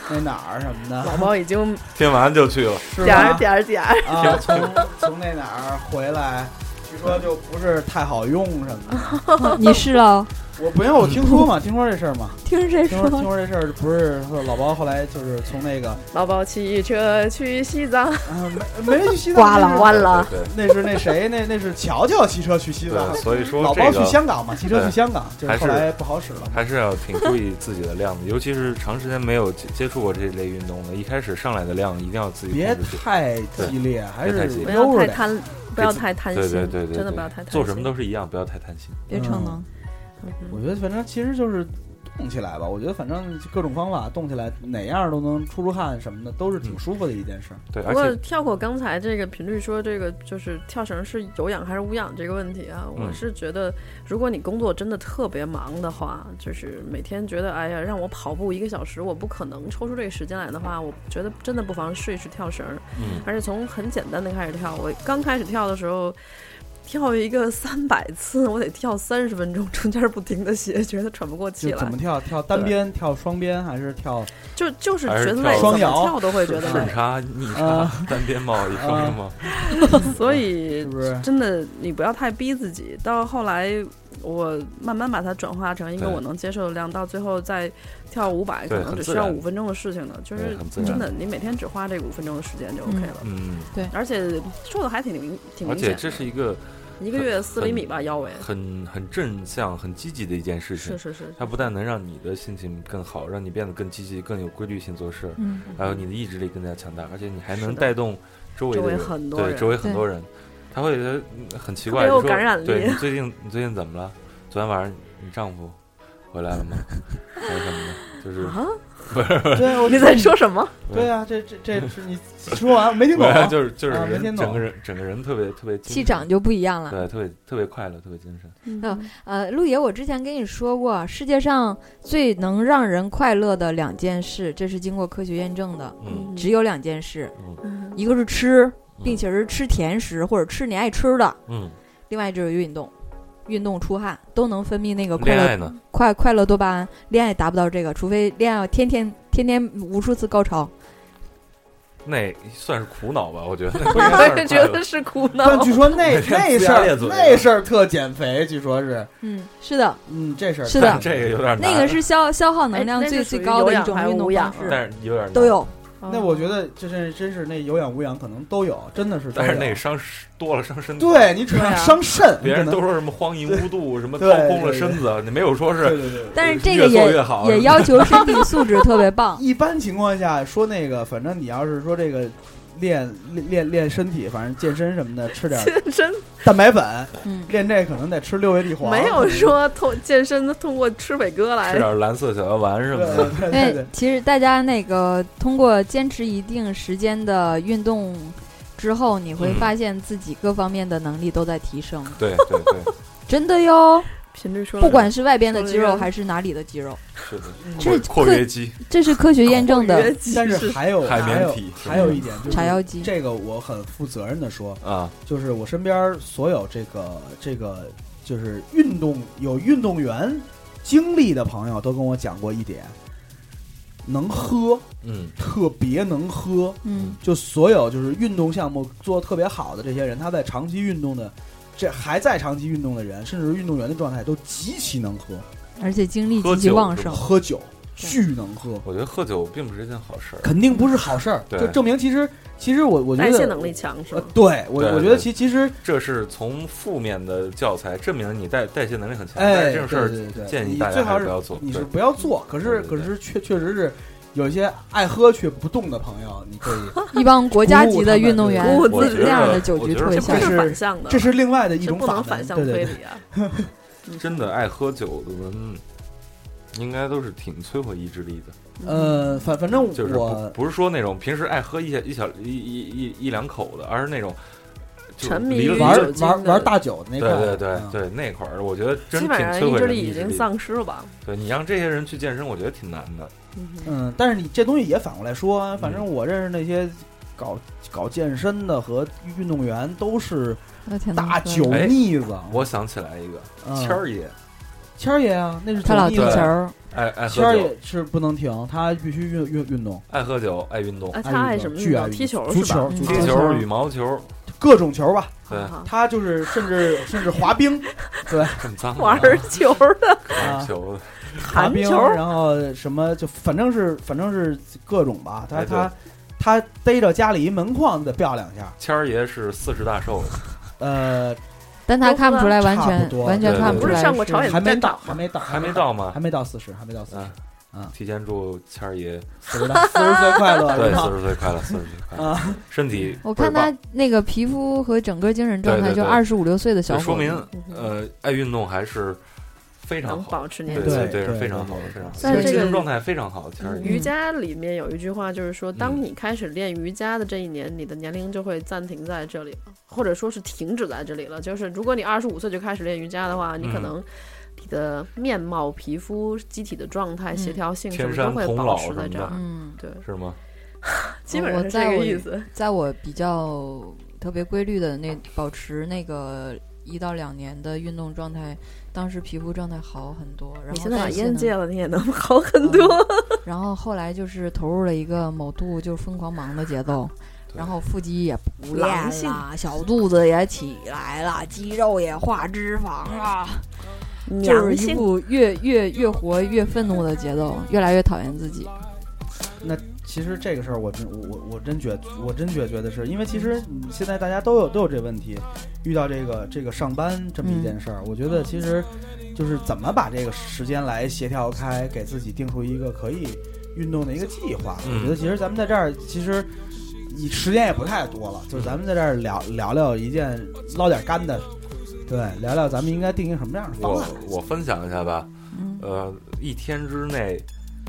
Speaker 4: 那哪儿什么的，
Speaker 6: 老猫已经
Speaker 8: 听完就去了。
Speaker 4: 是
Speaker 6: 点儿
Speaker 4: 吧？
Speaker 6: 点儿点儿，
Speaker 4: 啊，从从那哪儿回来，据说就不是太好用什
Speaker 5: <laughs>
Speaker 4: 么的。
Speaker 5: 你哦试了？
Speaker 4: 我不因为我听说嘛，听说这事儿嘛，
Speaker 5: <laughs> 听谁
Speaker 4: 听说听？说这事儿不是说老包后来就是从那个
Speaker 6: 老包骑车去西
Speaker 8: <laughs>
Speaker 6: 藏，
Speaker 4: 嗯没没去西藏，
Speaker 5: 刮了
Speaker 6: 弯了，
Speaker 8: 对
Speaker 4: 那是那谁那那是乔乔骑车去西
Speaker 8: 对
Speaker 4: 藏
Speaker 8: 对，，所以说
Speaker 4: 老包
Speaker 8: 这
Speaker 4: 去
Speaker 8: 个
Speaker 4: 香港嘛，骑车去香港，就是后来不好使了嘛。
Speaker 8: 还是要挺注意自己的量的，尤其是长时间没有接接触过这类运动的，一开始上来的量一定要自己
Speaker 4: 别
Speaker 8: 控制住。
Speaker 4: 太激烈，还是
Speaker 6: 不要
Speaker 4: 悠着
Speaker 6: 太
Speaker 4: 点。
Speaker 6: 贪，不要太贪心
Speaker 8: 对，对对对，
Speaker 6: 真的
Speaker 8: 对
Speaker 6: 不要太贪心。
Speaker 8: 做什么都是一样，不要太贪心。
Speaker 5: 别逞能。
Speaker 4: 我觉得反正其实就是动起来吧，我觉得反正各种方法动起来，哪样都能出出汗什么的，都是
Speaker 8: 嗯
Speaker 4: 挺舒服的一件事儿。
Speaker 8: 对，
Speaker 6: 不
Speaker 8: 而
Speaker 6: 过
Speaker 8: 且
Speaker 6: 跳过刚才这个频率说这个就是跳绳是有氧还是无氧这个问题啊，
Speaker 8: 嗯
Speaker 6: 我是觉得如果你工作真的特别忙的话，就是每天觉得哎呀让我跑步一个小时，我不可能抽出这个时间来的话，我觉得真的不妨试一试跳绳，
Speaker 8: 嗯，
Speaker 6: 而且从很简单的开始跳。我刚开始跳的时候。跳一个三百次，我得跳三十分钟，中间不停的歇，觉得喘不过气
Speaker 4: 就
Speaker 6: 来
Speaker 4: 怎。么跳，跳单边、跳双边还是
Speaker 8: <laughs>
Speaker 4: 跳
Speaker 6: 就就是
Speaker 8: 还
Speaker 6: 觉
Speaker 8: 是
Speaker 6: 得
Speaker 8: 跳
Speaker 6: 累，
Speaker 4: 双
Speaker 6: 怎么
Speaker 4: 摇
Speaker 6: 跳都会觉得
Speaker 8: 顺
Speaker 6: 累。
Speaker 8: 差、逆差
Speaker 4: 啊、
Speaker 8: 单边贸易、双边贸易，
Speaker 6: 所以
Speaker 4: 是不
Speaker 8: <laughs>
Speaker 4: 是
Speaker 6: 真的，你不要太逼自己。到后来，我慢慢把它转化成一个
Speaker 8: 对
Speaker 6: 我能接受的量，到最后再跳五百，
Speaker 8: 对
Speaker 6: 可能
Speaker 8: 很
Speaker 6: 只
Speaker 8: 自
Speaker 6: 需要
Speaker 8: 然
Speaker 6: 五分钟的事情了。就
Speaker 8: 对
Speaker 6: 是
Speaker 8: 很自然
Speaker 6: 真的，你每天只花这个五分钟的时间就 OK 了。
Speaker 8: 嗯，
Speaker 6: 而且瘦的还挺明挺
Speaker 8: 而
Speaker 6: 明
Speaker 8: 且
Speaker 6: 显
Speaker 8: 这
Speaker 6: 的，
Speaker 8: 是一个
Speaker 6: 一个月四厘米吧腰围，
Speaker 8: 很很正向、很积极的一件事
Speaker 6: 是
Speaker 8: 情。
Speaker 6: 是是，
Speaker 8: 它不但能让你的心情更好，让你变得更积极、更有规律性做事，
Speaker 5: 嗯，
Speaker 8: 还有你的意志力更加强大，而且你还
Speaker 6: 是
Speaker 8: 能
Speaker 6: 的
Speaker 8: 带动周围
Speaker 6: 周
Speaker 8: 的
Speaker 6: 围
Speaker 8: 人，
Speaker 6: 很多
Speaker 8: 对
Speaker 6: 人
Speaker 8: 周围很多人，他会觉得嗯很奇
Speaker 6: 特
Speaker 8: 怪，
Speaker 6: 别有
Speaker 8: 就说
Speaker 6: 感染力
Speaker 8: 对你最近你最近怎么了？昨天晚上你丈夫回来了吗？还是什么的？就是 <laughs>
Speaker 6: 啊，
Speaker 4: 对，啊我
Speaker 6: <laughs> 你在说什么？
Speaker 4: 对啊，这这这是你说完我没听
Speaker 8: 不
Speaker 4: 懂啊
Speaker 8: 然，就是就是
Speaker 4: 啊没
Speaker 8: 人
Speaker 4: 听懂
Speaker 8: 整个人整个人特别特别精
Speaker 5: 气
Speaker 8: 神
Speaker 5: 长就不一样了。
Speaker 8: 对，特别特别快乐，特别精神。
Speaker 6: 嗯
Speaker 5: 呃，陆爷，我之前跟你说过，世界上最能让人快乐的两件事，这是经过科学验证的，
Speaker 8: 嗯
Speaker 5: 只有两件事，
Speaker 6: 嗯
Speaker 5: 一个是吃，
Speaker 8: 嗯
Speaker 5: 并且是吃甜食或者吃你爱吃的，
Speaker 8: 嗯，
Speaker 5: 另外就是运动，运动出汗都能分泌那呃个快
Speaker 8: 恋
Speaker 5: 乐
Speaker 8: 爱呢？
Speaker 5: 快快乐多巴胺。恋爱达不到这个，除非恋爱天天天天无数次高潮。
Speaker 8: 那算是苦恼吧，我觉得。
Speaker 6: 我
Speaker 8: <laughs>
Speaker 6: 也觉得是苦
Speaker 4: <laughs> 但
Speaker 6: 恼
Speaker 4: 据。说那那事儿
Speaker 8: 呲牙咧嘴
Speaker 4: 那事儿特减肥，据说是，
Speaker 5: 嗯，是的，
Speaker 4: 嗯，这事儿 <laughs>
Speaker 5: 是的
Speaker 8: 这个有点难。
Speaker 5: 那个是消消耗能量
Speaker 6: 哎那
Speaker 5: 最
Speaker 6: 是
Speaker 5: 最
Speaker 6: 属于
Speaker 5: 高的
Speaker 6: 有
Speaker 5: 一
Speaker 6: 氧
Speaker 5: 种
Speaker 6: 还是
Speaker 5: 运动
Speaker 6: 无氧
Speaker 5: 方式，
Speaker 8: 但是有点难
Speaker 5: 都，有。
Speaker 4: 那我觉得这真真是那有氧无氧可能都有，真的是都
Speaker 8: 但
Speaker 4: 有。
Speaker 8: 是那个伤多了伤身体。
Speaker 4: 对你主
Speaker 6: 对
Speaker 4: 要
Speaker 6: 啊
Speaker 4: 伤肾，
Speaker 8: 别人
Speaker 4: 可能
Speaker 8: 都说什么荒淫无度，什么掏
Speaker 4: 对
Speaker 8: 空了
Speaker 4: 对
Speaker 8: 身子，你没有说是
Speaker 4: 对对对。。
Speaker 5: 但是
Speaker 8: 呃
Speaker 5: 这
Speaker 8: 越
Speaker 5: 个
Speaker 8: 做
Speaker 5: 也
Speaker 8: 越好
Speaker 5: 也
Speaker 8: 是
Speaker 5: 要求身体素质特别棒
Speaker 4: 一般情况下说那个，反正你要是说这个练练练练身体，反正健身什么的，吃点
Speaker 6: <laughs> 真
Speaker 4: 蛋白粉，
Speaker 5: 嗯，
Speaker 4: 练这可能得吃六味地黄。
Speaker 6: 没有说通健身通过吃伟哥
Speaker 8: 吃
Speaker 6: 来
Speaker 4: 啊
Speaker 8: 点蓝色小药丸什
Speaker 4: 对
Speaker 8: 么的。
Speaker 4: 对对
Speaker 8: <laughs>
Speaker 5: <laughs> 因
Speaker 4: 对
Speaker 5: 为
Speaker 4: 对，
Speaker 5: 其实大家那个通过坚持一定时间的运动之后，你会
Speaker 8: 嗯
Speaker 5: 发现自己各方面的能力都在提升，
Speaker 8: 对对对，
Speaker 5: 真的哟！
Speaker 6: 频率说了
Speaker 5: 不管是外边的
Speaker 6: 说了
Speaker 5: 肌
Speaker 6: 一个
Speaker 5: 肉还是哪里的肌肉，
Speaker 8: 是的，
Speaker 5: 这是
Speaker 8: 括
Speaker 5: 科
Speaker 8: 括约肌，
Speaker 5: 这是科学验证
Speaker 6: 约
Speaker 5: 的
Speaker 6: 基
Speaker 4: 但是还有
Speaker 8: 海
Speaker 4: 还
Speaker 8: 绵
Speaker 4: 有
Speaker 8: 体
Speaker 4: 还有一点就是
Speaker 5: 茶腰肌。
Speaker 4: 这个我很负责任的说，
Speaker 8: 啊，
Speaker 4: 就是我身边所有这个这个就是运动有运动员经历的朋友都跟我讲过一点，能喝，
Speaker 8: 嗯，
Speaker 4: 特别能喝，
Speaker 5: 嗯，
Speaker 4: 就所有就是运动项目做得特别好的这些人，他在长期运动的，这还在长期运动的人，甚至是运动员的状态都极其能喝，
Speaker 5: 而且精力
Speaker 8: 喝
Speaker 5: 极其
Speaker 8: 酒
Speaker 5: 旺
Speaker 8: 是
Speaker 5: 盛
Speaker 8: 吧。
Speaker 4: 喝酒，巨能喝，
Speaker 8: 我觉得喝酒并不是一件好事儿。
Speaker 4: 肯定不是好事儿，
Speaker 8: 对
Speaker 4: 就证明其实其实我我觉
Speaker 7: 代谢能
Speaker 4: 得。
Speaker 7: 力强是
Speaker 4: 呃
Speaker 7: 吗？，
Speaker 4: 对我，
Speaker 8: 对
Speaker 4: 我觉
Speaker 8: 对
Speaker 4: 得其其实，
Speaker 8: 这是从负面的教材证明你代代谢能力很强，但
Speaker 4: 哎，
Speaker 8: 是这种
Speaker 4: 对
Speaker 8: 事
Speaker 4: 对
Speaker 8: 儿
Speaker 4: 对对
Speaker 8: 建议
Speaker 4: 你
Speaker 8: 大
Speaker 4: 最
Speaker 8: 家
Speaker 4: 好
Speaker 8: 还不要做。
Speaker 4: 你
Speaker 8: 对
Speaker 4: 是不要做。可是
Speaker 8: 对
Speaker 4: 可
Speaker 8: 对对
Speaker 4: 是确确实是有一些爱喝却不动的朋友，你可
Speaker 7: <laughs>
Speaker 4: 以，
Speaker 5: 一帮国家级的运动员
Speaker 7: 鼓舞他
Speaker 8: 们对
Speaker 5: 那样的
Speaker 8: 我
Speaker 5: 酒
Speaker 8: 觉得
Speaker 5: 局
Speaker 8: 我
Speaker 5: 特
Speaker 8: 觉
Speaker 5: 别
Speaker 7: 这不
Speaker 4: 这呃
Speaker 8: 得
Speaker 5: 像
Speaker 4: 是
Speaker 7: 是反向的，
Speaker 4: 这是另外的一
Speaker 7: 这
Speaker 4: 种
Speaker 7: 不
Speaker 4: 法
Speaker 7: 能
Speaker 4: 门，
Speaker 7: 反向
Speaker 4: 对对
Speaker 7: 推
Speaker 4: 对
Speaker 7: 理啊！
Speaker 8: 真的爱喝酒的人，应该都是挺摧毁意志力的。
Speaker 4: 呃，反反正我、
Speaker 8: 就是不不是说那种平时爱喝一小一小一一一一两口的，而是那种就
Speaker 7: 沉迷
Speaker 8: 离了
Speaker 7: 于
Speaker 8: 离了
Speaker 7: 酒
Speaker 4: 玩
Speaker 7: 精
Speaker 4: 玩
Speaker 7: 的
Speaker 4: 玩大酒那
Speaker 8: 对
Speaker 4: 块儿，
Speaker 8: 对对
Speaker 4: 嗯
Speaker 8: 对那块儿，我觉得真
Speaker 7: 基
Speaker 8: 挺
Speaker 7: 本上
Speaker 8: 摧
Speaker 7: 意
Speaker 8: 毁
Speaker 7: 志
Speaker 8: 人
Speaker 7: 力
Speaker 8: 意
Speaker 7: 已
Speaker 8: 志
Speaker 7: 经
Speaker 8: 力。
Speaker 7: 丧失了吧？
Speaker 8: 对你让这些人去健身，我觉得挺难的。
Speaker 4: 嗯，但是你这东西也反过来说啊，反正
Speaker 8: 嗯
Speaker 4: 我认识那些搞搞健身的和运动员都是
Speaker 5: 那挺能
Speaker 4: 大
Speaker 5: 喝
Speaker 4: 酒
Speaker 5: 的
Speaker 8: 哎
Speaker 4: 腻子。
Speaker 8: 我想起来一个
Speaker 4: 嗯
Speaker 8: 谦儿爷，
Speaker 4: 谦儿爷啊，那是
Speaker 5: 他老
Speaker 4: 酒
Speaker 5: 踢
Speaker 4: 腻子
Speaker 5: 球儿，
Speaker 8: 爱爱
Speaker 4: 谦
Speaker 8: 喝
Speaker 4: 儿
Speaker 8: 酒，
Speaker 4: 也是不能停，他必须运运运动，
Speaker 8: 爱喝酒，爱运动，
Speaker 7: 哎，他爱什么
Speaker 4: 巨爱
Speaker 7: 呢？
Speaker 4: 运动
Speaker 7: 踢球
Speaker 4: 啊足
Speaker 7: 是吧
Speaker 4: 球、？足
Speaker 5: 嗯
Speaker 8: 踢
Speaker 5: 足
Speaker 8: 球、
Speaker 5: 球
Speaker 8: 羽毛球，
Speaker 4: 各种球吧。
Speaker 8: 对，
Speaker 7: 啊
Speaker 4: 他就是甚至甚至滑冰，对，
Speaker 8: 这么脏的
Speaker 7: 玩
Speaker 8: 啊
Speaker 7: 儿球
Speaker 4: <laughs>
Speaker 7: 的，
Speaker 8: 玩儿球的，
Speaker 4: 滑
Speaker 7: 弹
Speaker 4: 冰，啊
Speaker 7: 球
Speaker 4: 然后什么就反正是反正是各种吧。他
Speaker 8: 哎对
Speaker 4: 他他逮着家里一门框得漂两下，
Speaker 8: 谦儿爷是四十大寿，
Speaker 4: 呃，
Speaker 5: 但他看不出来，完
Speaker 4: 差不
Speaker 5: 全
Speaker 4: 多
Speaker 5: 完全
Speaker 8: 对
Speaker 5: 看出
Speaker 7: 不
Speaker 5: 来
Speaker 7: 是上过朝鲜
Speaker 4: 嗯还没
Speaker 7: 在
Speaker 4: 到，
Speaker 7: 打
Speaker 4: 还没到，
Speaker 8: 还没到吗
Speaker 4: 还？没到四十，还没到四十
Speaker 8: 啊，提前祝谦儿爷
Speaker 4: 四十大四十岁快乐，
Speaker 8: <laughs> 对
Speaker 4: 是吧
Speaker 8: 四十岁快乐，四十岁快乐，
Speaker 4: 啊，
Speaker 8: <laughs> 身体
Speaker 5: 我看
Speaker 8: 倍儿棒
Speaker 5: 他那个皮肤和整个精神状态，
Speaker 8: 对对
Speaker 5: 就
Speaker 8: 对
Speaker 5: 二十五六岁的小
Speaker 8: 就
Speaker 5: 伙子，
Speaker 8: 说明
Speaker 7: 嗯哼
Speaker 8: 呃，爱运动还是非常
Speaker 7: 能
Speaker 8: 好，
Speaker 7: 保持
Speaker 8: 对
Speaker 7: 年
Speaker 4: 对
Speaker 7: 轻。
Speaker 8: 对，
Speaker 4: 对
Speaker 8: 是非常好
Speaker 4: 对
Speaker 8: 的，非常好的。
Speaker 7: 但是
Speaker 8: 精
Speaker 7: 这
Speaker 8: 神
Speaker 7: 个嗯
Speaker 8: 状态非常好，其实
Speaker 7: 瑜伽里面有一句话，就是说，
Speaker 8: 嗯
Speaker 7: 当你开始练瑜伽的这一年，你的年龄就会暂停在这里了，或者说是停止在这里了。就是如果你二十五岁就开始练瑜伽的话，你可
Speaker 8: 嗯
Speaker 7: 能你的面貌、皮肤、机体的状态、
Speaker 5: 嗯
Speaker 7: 协调性什
Speaker 8: 天
Speaker 7: 么
Speaker 8: 山
Speaker 7: 都会
Speaker 8: 童
Speaker 7: 保
Speaker 8: 姥
Speaker 7: 持
Speaker 8: 什
Speaker 7: 在
Speaker 8: 么
Speaker 7: 这
Speaker 8: 的
Speaker 7: 儿。
Speaker 5: 嗯，
Speaker 7: 对，
Speaker 8: 是吗？
Speaker 7: 基本
Speaker 5: 我
Speaker 7: 上是
Speaker 5: 在
Speaker 7: 这
Speaker 5: 我
Speaker 7: 个意思。
Speaker 5: 在我比较特别规律的那保持那个一到两年的运动状态，当时皮肤状态好很多，然
Speaker 7: 你
Speaker 5: 后
Speaker 7: 现在把
Speaker 5: 代谢
Speaker 7: 烟戒
Speaker 5: 能
Speaker 7: 了，你也能好很多。
Speaker 5: 然后后来就是投入了一个某度就疯狂忙的节奏。
Speaker 8: 对
Speaker 5: 然后腹肌也不练
Speaker 7: 狼性
Speaker 5: 了，小肚子也起来了，肌肉也化脂肪了，
Speaker 8: 嗯
Speaker 5: 嗯就是
Speaker 7: <laughs> 娘
Speaker 5: 一
Speaker 7: 性
Speaker 5: 副越越越活越愤怒的节奏，越来越讨厌自己。
Speaker 4: 那其实这个事儿，我真我我真觉我真觉觉得是因为其实嗯现在大家都有都有这问题，遇到这个这个上班这么一件事儿，我觉得其实就是怎么把这个时间来协调开，给自己定出一个可以运动的一个计划。
Speaker 8: 嗯
Speaker 4: 我觉得其实咱们在这儿其实。你时间也不太多了，就是咱们在这儿聊聊聊一件捞点干的，对，聊聊咱们应该定一个什么样的方
Speaker 8: 我
Speaker 4: 案。
Speaker 8: 我分享一下吧，
Speaker 5: 嗯，
Speaker 8: 呃，一天之内，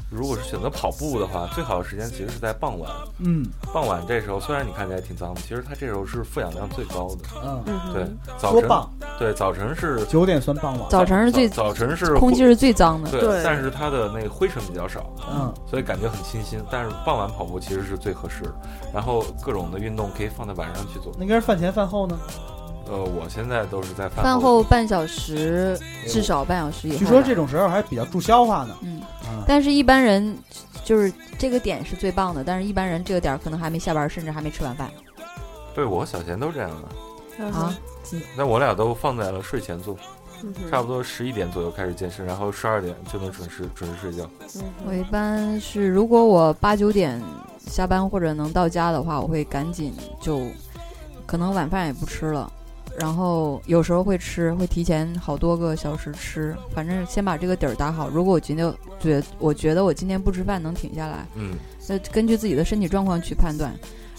Speaker 8: 如果是选择跑步的话，最好的时间其实是在傍晚。
Speaker 4: 嗯
Speaker 8: 傍晚这时候虽然你看起来挺脏的，其实它这时候是负氧量最高的。
Speaker 4: 嗯，
Speaker 8: 对，早
Speaker 4: 多
Speaker 8: 晨
Speaker 4: 棒，
Speaker 8: 对早晨是
Speaker 4: 九点算傍晚。
Speaker 5: 早晨是最
Speaker 8: 早晨是
Speaker 5: 空气
Speaker 8: 灰
Speaker 5: 是最脏的，
Speaker 8: 对
Speaker 7: 对，
Speaker 8: 但是它的那个灰尘比较少，
Speaker 4: 嗯，
Speaker 8: 所以感觉很清新。但是傍晚跑步其实是最合适的，然后各种的运动可以放在晚上去做。
Speaker 4: 那跟饭前饭后呢？
Speaker 8: 呃，我现在都是在饭
Speaker 5: 饭后半小时
Speaker 8: 因为我
Speaker 5: 至少半小时以后吧。
Speaker 4: 据说这种时候还比较助消化呢。
Speaker 5: 嗯，
Speaker 4: 啊，
Speaker 5: 但是一般人就是这个点是最棒的，但是一般人这个点儿可能还没下班，甚至还没吃晚饭
Speaker 8: 对我小贤都这样的，
Speaker 6: 嗯
Speaker 5: 啊。
Speaker 8: 那我俩都放在了睡前做，
Speaker 7: 嗯哼
Speaker 8: 差不多十一点左右开始健身，然后十二点就能准时准时睡觉。
Speaker 7: 嗯
Speaker 5: 我
Speaker 7: 哼
Speaker 5: 一般是如果我八九点下班或者能到家的话，我会赶紧就可能晚饭也不吃了。然后有时候会吃，会提前好多个小时吃，反正先把这个底儿打好。如果我今天觉我觉得我今天不吃饭能挺下来，
Speaker 8: 嗯，
Speaker 5: 那呃根据自己的身体状况去判断，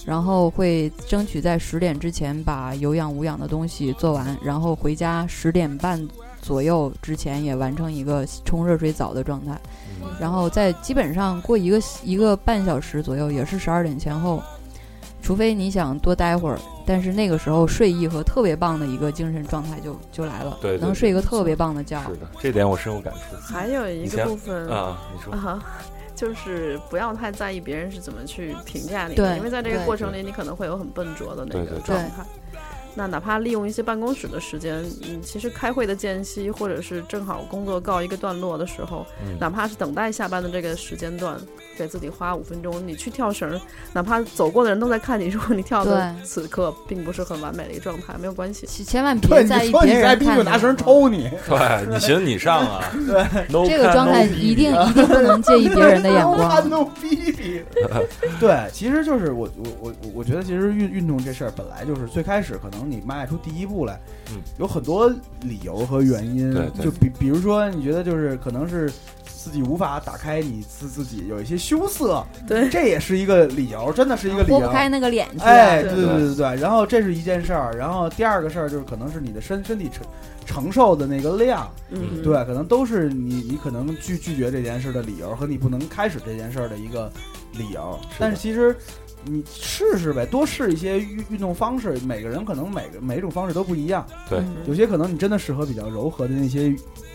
Speaker 5: 然后会争取在十点之前把有氧无氧的东西做完，然后回家十点半左右之前也完成一个冲热水澡的状态，
Speaker 8: 嗯
Speaker 5: 然后在基本上过一个一个半小时左右，也是十二点前后，除非你想多待会儿，但是那个时候睡意和特别棒的一个精神状态就就来了，
Speaker 8: 对对
Speaker 5: 能睡一个特别棒的觉。
Speaker 8: 是的，这点我深有感触。
Speaker 7: 还有一
Speaker 8: 以
Speaker 7: 个
Speaker 8: 前
Speaker 7: 部分
Speaker 8: 啊，你说
Speaker 7: 啊， <laughs> 就是不要太在意别人是怎么去评价你
Speaker 5: 对
Speaker 7: 的，因为在这
Speaker 5: 对
Speaker 7: 个过程里，你可能会有很笨拙的那
Speaker 8: 对
Speaker 7: 个
Speaker 8: 对
Speaker 7: 状态。那哪怕利用一些办公室的时间，嗯，其实开会的间隙，或者是正好工作告一个段落的时候，
Speaker 8: <laughs> 嗯
Speaker 7: 哪怕是等待下班的这个时间段，给自己花五分钟，你去跳绳儿，哪怕走过的人都在看你，如果你跳的
Speaker 5: 对
Speaker 7: 此刻并不是很完美的一个状态，没有关系。
Speaker 5: 千千万
Speaker 4: 对，
Speaker 5: 别在
Speaker 4: 你
Speaker 5: 意
Speaker 4: 说
Speaker 5: 别
Speaker 4: 你
Speaker 5: 人
Speaker 4: 在
Speaker 5: 看
Speaker 4: 逼我拿绳
Speaker 5: 的眼光
Speaker 4: 抽
Speaker 5: <laughs>
Speaker 4: 你，
Speaker 8: 对，你寻思你上啊？对
Speaker 5: 这个状态一定一定不能介意别人的眼
Speaker 4: <laughs>
Speaker 5: 光。
Speaker 4: No
Speaker 8: <laughs>
Speaker 4: pity 对，其实就是我我我我我觉得，其实运运动这事儿本来就是最开始可能你迈出第一步来，
Speaker 8: 嗯
Speaker 4: 有很多理由和原因，
Speaker 8: 对对
Speaker 4: 就比比如说你觉得就是可能是。自己无法打开你自自己有一些羞涩，
Speaker 6: 对
Speaker 4: 这也是一个理由，真的是一个理
Speaker 5: 拨
Speaker 4: 由。
Speaker 5: 不开那个脸去啊，
Speaker 4: 哎，
Speaker 7: 对
Speaker 4: 对对对对，然后这是一件事儿，然后第二个事儿就是可能是你的身身体承承受的那个量，
Speaker 6: 嗯，
Speaker 4: 对，可能都是你你可能拒拒绝这件事的理由和你不能开始这件事的一个理由。但是其实你试试呗，多试一些运运动方式，每个人可能每个每一种方式都不一样，
Speaker 8: 对
Speaker 5: 嗯
Speaker 4: 有些可能你真的适合比较柔和的那些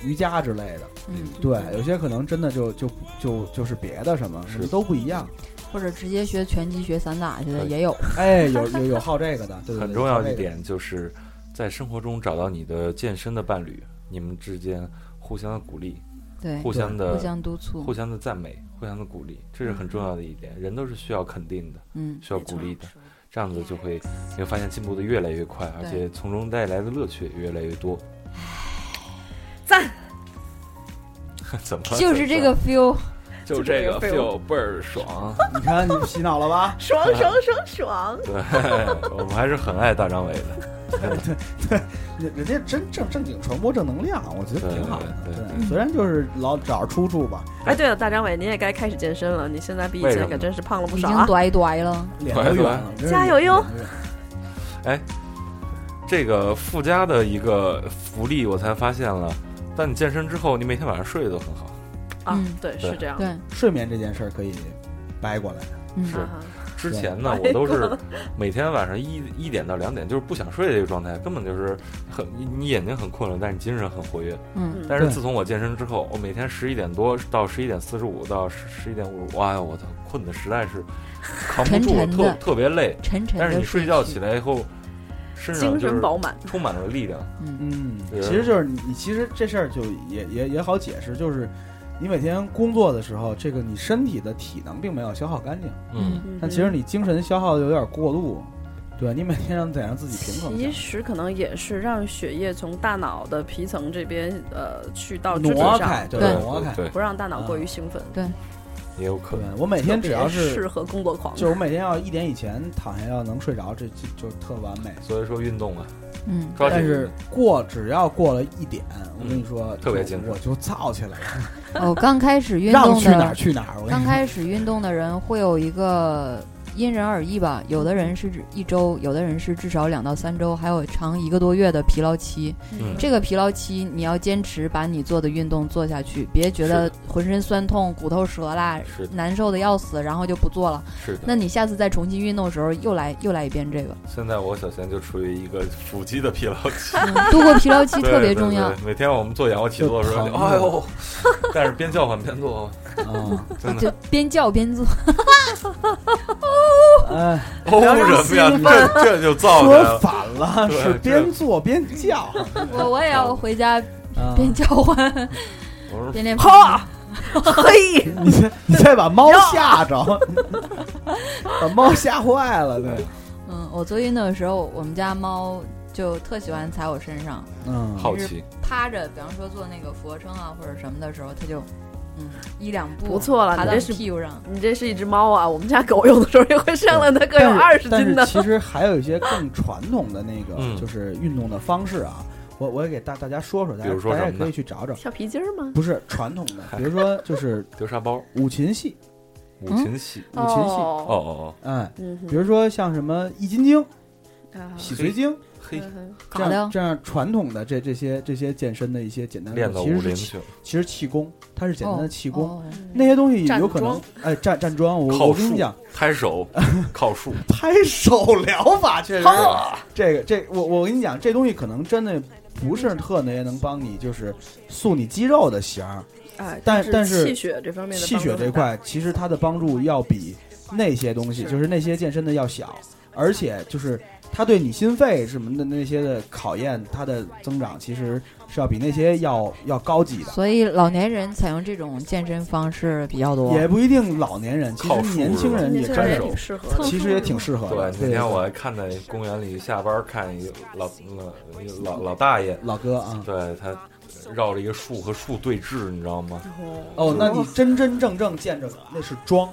Speaker 4: 瑜伽之类的，
Speaker 5: 嗯，
Speaker 4: 对，有些可能真的就就就就是别的什么什么
Speaker 8: 是
Speaker 4: 都不一样。
Speaker 5: 或者直接学拳击、学散打去的
Speaker 8: 对
Speaker 5: 也有。
Speaker 4: 哎，有有有好这个的，
Speaker 5: 嗯
Speaker 4: 对对对，
Speaker 8: 很重要
Speaker 4: 好这
Speaker 8: 一
Speaker 4: 个的。
Speaker 8: 点就是在生活中找到你的健身的伴侣，你们之间互相的鼓励，
Speaker 5: 对，
Speaker 8: 互相的
Speaker 5: 互相督促
Speaker 8: 呃互。相的赞美，互相的鼓励，这是很重要的一点。人都是需要肯定的，
Speaker 5: 嗯，
Speaker 8: 需要鼓励的，这样子就会你会发现进步的越来越快，而且从中带来的乐趣也越来越多。
Speaker 6: 赞！
Speaker 8: <laughs> 怎么了
Speaker 5: 就是这个 feel。
Speaker 8: 就
Speaker 6: 这
Speaker 8: 这
Speaker 6: 个
Speaker 8: 个
Speaker 6: feel
Speaker 8: feel 倍儿爽，
Speaker 4: 你看你洗脑了吧？
Speaker 6: 爽爽爽爽！
Speaker 8: 对 <laughs> 我们还是很爱大张伟的，
Speaker 4: 人人家真正正经传播正能量，我觉得挺好的。
Speaker 8: 对对对
Speaker 4: 对，虽然就是老找出处吧，
Speaker 7: 哎，对了，大张伟，你也该开始健身了，你现在比以
Speaker 8: 为什
Speaker 7: 前
Speaker 8: 么
Speaker 7: 可真是胖了不
Speaker 5: 已
Speaker 7: 少
Speaker 5: 经
Speaker 7: 啊！ <laughs>
Speaker 5: 短一短了，
Speaker 4: 脸都圆了，真是
Speaker 6: 加油哟！
Speaker 8: 这个附加的一个福利，我才发现了。当你健身之后，你每天晚上睡得都很好。
Speaker 7: 啊
Speaker 5: 嗯，
Speaker 7: 对，是这样。
Speaker 5: 对，
Speaker 4: 睡眠这件事儿可以掰过来，
Speaker 5: 嗯，
Speaker 8: 是
Speaker 7: 啊哈
Speaker 8: 之前呢，我都是每天晚上一一点到两点，就是不想睡的这个状态，根本就是很你你眼睛很困了，但是你精神很活跃。
Speaker 5: 嗯，
Speaker 8: 但是
Speaker 4: 对
Speaker 8: 自从我健身之后，我每天十一点多到十一点四十五到十一点五十，哇呀，我操，困的实在是扛不住，
Speaker 5: 沉沉
Speaker 8: 特
Speaker 5: 的
Speaker 8: 特别累。
Speaker 5: 沉沉的。
Speaker 8: 但是你睡觉起，来以后，身上
Speaker 6: 精
Speaker 8: 就
Speaker 6: 神
Speaker 8: 是
Speaker 6: 饱满，
Speaker 8: 充满了力量。
Speaker 5: 嗯，
Speaker 4: 嗯，
Speaker 8: 对
Speaker 4: 其实就是你，你其实这事儿就也也也好解释，就是你每天工作的时候，这个你身体的体能并没有消耗干净，
Speaker 8: 嗯，
Speaker 4: 但其实你精神消耗的有点过度，对你每天让得让自己平衡
Speaker 7: 其
Speaker 4: 一下。
Speaker 7: 实可能也是让血液从大脑的皮层这边呃去到肢体
Speaker 4: 挪开，
Speaker 7: 上，
Speaker 4: 对
Speaker 5: 对
Speaker 4: 挪开。
Speaker 8: 对，
Speaker 7: 不让大脑过于兴奋。
Speaker 8: 也有可
Speaker 4: 对
Speaker 8: 能。
Speaker 4: 我每天只
Speaker 7: 特
Speaker 4: 要
Speaker 7: 别
Speaker 4: 是
Speaker 7: 适，合工作
Speaker 8: 啊
Speaker 7: 狂，
Speaker 4: 就是我每天要一点以前躺下要能睡着，这就就特完美。
Speaker 8: 所以说运动啊，
Speaker 5: 嗯，
Speaker 8: 抓紧。
Speaker 4: 但是过只要过了一点，我跟你说，
Speaker 8: 嗯特别
Speaker 4: 就
Speaker 8: 精神
Speaker 4: 我就燥起来了，
Speaker 5: 哦，刚开始运
Speaker 4: 让
Speaker 5: 动
Speaker 4: 去哪儿
Speaker 5: 的，
Speaker 4: 去哪儿。我跟
Speaker 5: 刚
Speaker 4: 你说，
Speaker 5: 开始运动的人会有一个因人而异吧，有的人是指一周，有的人是至少两到三周，还有长一个多月的疲劳期。
Speaker 8: 嗯
Speaker 5: 这个疲劳期，你要坚持把你做的运动做下去，别觉得
Speaker 8: 是
Speaker 5: 浑身酸痛、骨头折啦
Speaker 6: 哎
Speaker 8: 是、的
Speaker 5: 难受的要死，然后就不做了。
Speaker 8: 是的，
Speaker 5: 那你下次再重新运动的时候，又来又来一遍这个。
Speaker 8: 现在我小贤就处于一个腹肌的疲劳期。
Speaker 5: 嗯度过疲劳期
Speaker 8: 对
Speaker 5: 特别
Speaker 8: 对
Speaker 5: 重
Speaker 8: 对
Speaker 5: 要。
Speaker 8: 每天我们做仰卧起坐的时候，
Speaker 4: 就疼
Speaker 8: 哎呦，但是边叫唤边
Speaker 5: <laughs>
Speaker 8: 做，
Speaker 4: 啊，
Speaker 8: 真
Speaker 5: 就
Speaker 8: 的哦
Speaker 5: 边叫边做，
Speaker 4: 哎，
Speaker 8: <laughs> 哦什么呀？这这就造起
Speaker 4: 说
Speaker 8: 来了。
Speaker 4: 反了，
Speaker 8: <laughs> 对
Speaker 4: 是
Speaker 8: 这
Speaker 4: 边做边
Speaker 8: <laughs>
Speaker 4: 叫。
Speaker 5: 我我也要回家
Speaker 4: 啊
Speaker 5: 边叫 <laughs>
Speaker 8: 嗯
Speaker 5: 唤
Speaker 8: 我说
Speaker 5: 边练。
Speaker 8: 啊
Speaker 6: 哈，嘿，
Speaker 4: 你再你再把猫吓着， <laughs> 把猫吓坏了，对，
Speaker 5: 嗯，我做运动的时候，我们家猫就特喜欢踩我身上，
Speaker 4: 嗯，
Speaker 8: 好奇，
Speaker 5: 趴着，比方说做那个俯卧撑啊或者什么的时候，它就嗯一两步
Speaker 7: 不错了，
Speaker 5: 爬
Speaker 7: 你
Speaker 5: 到
Speaker 7: 这是
Speaker 5: 屁股上。
Speaker 7: 你这是一只猫啊！我们家狗有的时候也会上来，它各有二十
Speaker 4: 但是
Speaker 7: 斤呢
Speaker 4: 但是。其实还有一些更传统的那个
Speaker 8: 嗯
Speaker 4: 就是运动的方式啊，我我也给大大家说说，大
Speaker 8: 比
Speaker 4: 家
Speaker 8: 如说
Speaker 4: 大家
Speaker 8: 什
Speaker 4: 也
Speaker 8: 么呢
Speaker 4: 可以去找找，
Speaker 7: 跳皮筋儿吗？
Speaker 4: 不是传统
Speaker 8: <laughs>
Speaker 4: 的，比如说就是
Speaker 8: 丢沙包，
Speaker 4: 五禽戏，嗯
Speaker 8: 五禽戏。
Speaker 4: 五禽戏，
Speaker 8: 哦哦
Speaker 4: 哎，
Speaker 7: 嗯哼，
Speaker 4: 比如说像什么易筋
Speaker 8: 嗯
Speaker 4: 经、
Speaker 7: 啊
Speaker 4: 洗髓经
Speaker 8: 哦，嘿，
Speaker 7: 嗯
Speaker 4: 这
Speaker 5: 好的
Speaker 4: 样这样传统的这这些这些健身的一些简单
Speaker 8: 练
Speaker 4: 的，
Speaker 8: 到
Speaker 4: 其
Speaker 8: 武
Speaker 4: 实
Speaker 8: 林
Speaker 4: 是气
Speaker 8: 去了，
Speaker 4: 其实气功，它是简单的气功。
Speaker 5: 哦
Speaker 7: 哼
Speaker 4: 那些东西有可能
Speaker 7: 站，
Speaker 4: 哎，站站桩，我
Speaker 8: 靠
Speaker 4: 我跟
Speaker 8: 树
Speaker 4: 你讲，，<laughs>
Speaker 8: 拍手，靠树，
Speaker 4: 拍手疗法确实，这个这我我跟你讲，这东西可能真的不是特别能帮你，就是塑你肌肉的型儿，
Speaker 7: 哎，
Speaker 4: 但但是
Speaker 7: 气血这方面的
Speaker 4: 气血这
Speaker 7: 帮助很大，
Speaker 4: 块其实它的帮助要比那些东西，就是那些健身的要小，而且就是它对你心肺什么的那些的考验，它的增长其实是要比那些要要高级的。
Speaker 5: 所以老年人采用这种健身方式比较多。
Speaker 4: 也不一定老年人，其
Speaker 8: 靠
Speaker 4: 实
Speaker 8: 树
Speaker 4: 年轻人也
Speaker 7: 年轻人
Speaker 4: 真
Speaker 7: 嗯也
Speaker 4: 是，
Speaker 7: 挺适合
Speaker 4: 其实也挺适合的。
Speaker 8: 对，那天我还看在公园里下班看一个老老老老大爷，
Speaker 4: 老哥啊，
Speaker 8: 对他绕着一个树和树对峙，你知道吗？
Speaker 4: 哦，那你真真正正见着那是装，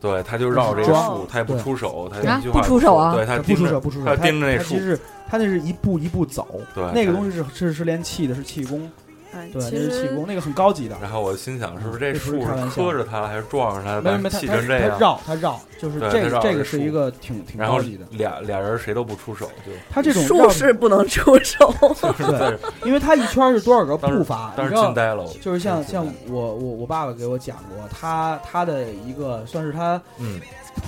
Speaker 8: 对，他就绕着这
Speaker 4: 嗯
Speaker 8: 个
Speaker 4: 装
Speaker 8: 树，他也不
Speaker 4: 对
Speaker 8: 出手，他
Speaker 5: 啊
Speaker 8: 一句话
Speaker 5: 不出手啊
Speaker 8: 对
Speaker 4: 他
Speaker 8: 他
Speaker 4: 不
Speaker 8: 盯
Speaker 4: 出手
Speaker 8: 着，
Speaker 4: 不出手，
Speaker 8: 他
Speaker 4: 他
Speaker 8: 盯着那
Speaker 4: 他
Speaker 8: 树
Speaker 4: 其，实他那是一步一步走，
Speaker 8: 对
Speaker 4: 那个
Speaker 8: 他
Speaker 4: 东西是是是练气的，是气功，
Speaker 6: 哎，
Speaker 4: 对，
Speaker 6: 其
Speaker 4: 那是气
Speaker 6: 实
Speaker 4: 功，那个很高级的。
Speaker 8: 然后我心想，是不是
Speaker 4: 这不
Speaker 8: 这
Speaker 4: 是
Speaker 8: 树
Speaker 4: 开玩
Speaker 8: 是
Speaker 4: 笑
Speaker 8: 磕着他了，还是撞上他，
Speaker 4: 没有没有，
Speaker 8: 但
Speaker 4: 他
Speaker 8: 气
Speaker 4: 他
Speaker 8: 成这
Speaker 4: 他
Speaker 8: 样？
Speaker 4: 绕他绕，就是
Speaker 8: 对
Speaker 4: 这
Speaker 8: 他
Speaker 4: 个
Speaker 8: 绕
Speaker 4: 这
Speaker 8: 着
Speaker 4: 个是
Speaker 8: 树
Speaker 4: 一个挺挺
Speaker 8: 然后
Speaker 4: 高级的。
Speaker 8: 俩俩人谁都不出手，就 <laughs>
Speaker 4: 他这种绕
Speaker 6: 术，士不能出手，
Speaker 8: 就是在
Speaker 4: <laughs> 对因为他一圈是多少个
Speaker 8: 当时
Speaker 4: 步伐，你
Speaker 8: 当
Speaker 4: 知
Speaker 8: 时
Speaker 4: 道
Speaker 8: 惊，呆了，我嗯
Speaker 4: 就是像像
Speaker 8: 真惊
Speaker 4: 我我我爸爸给我讲过，他他的一个算是他
Speaker 8: 呆嗯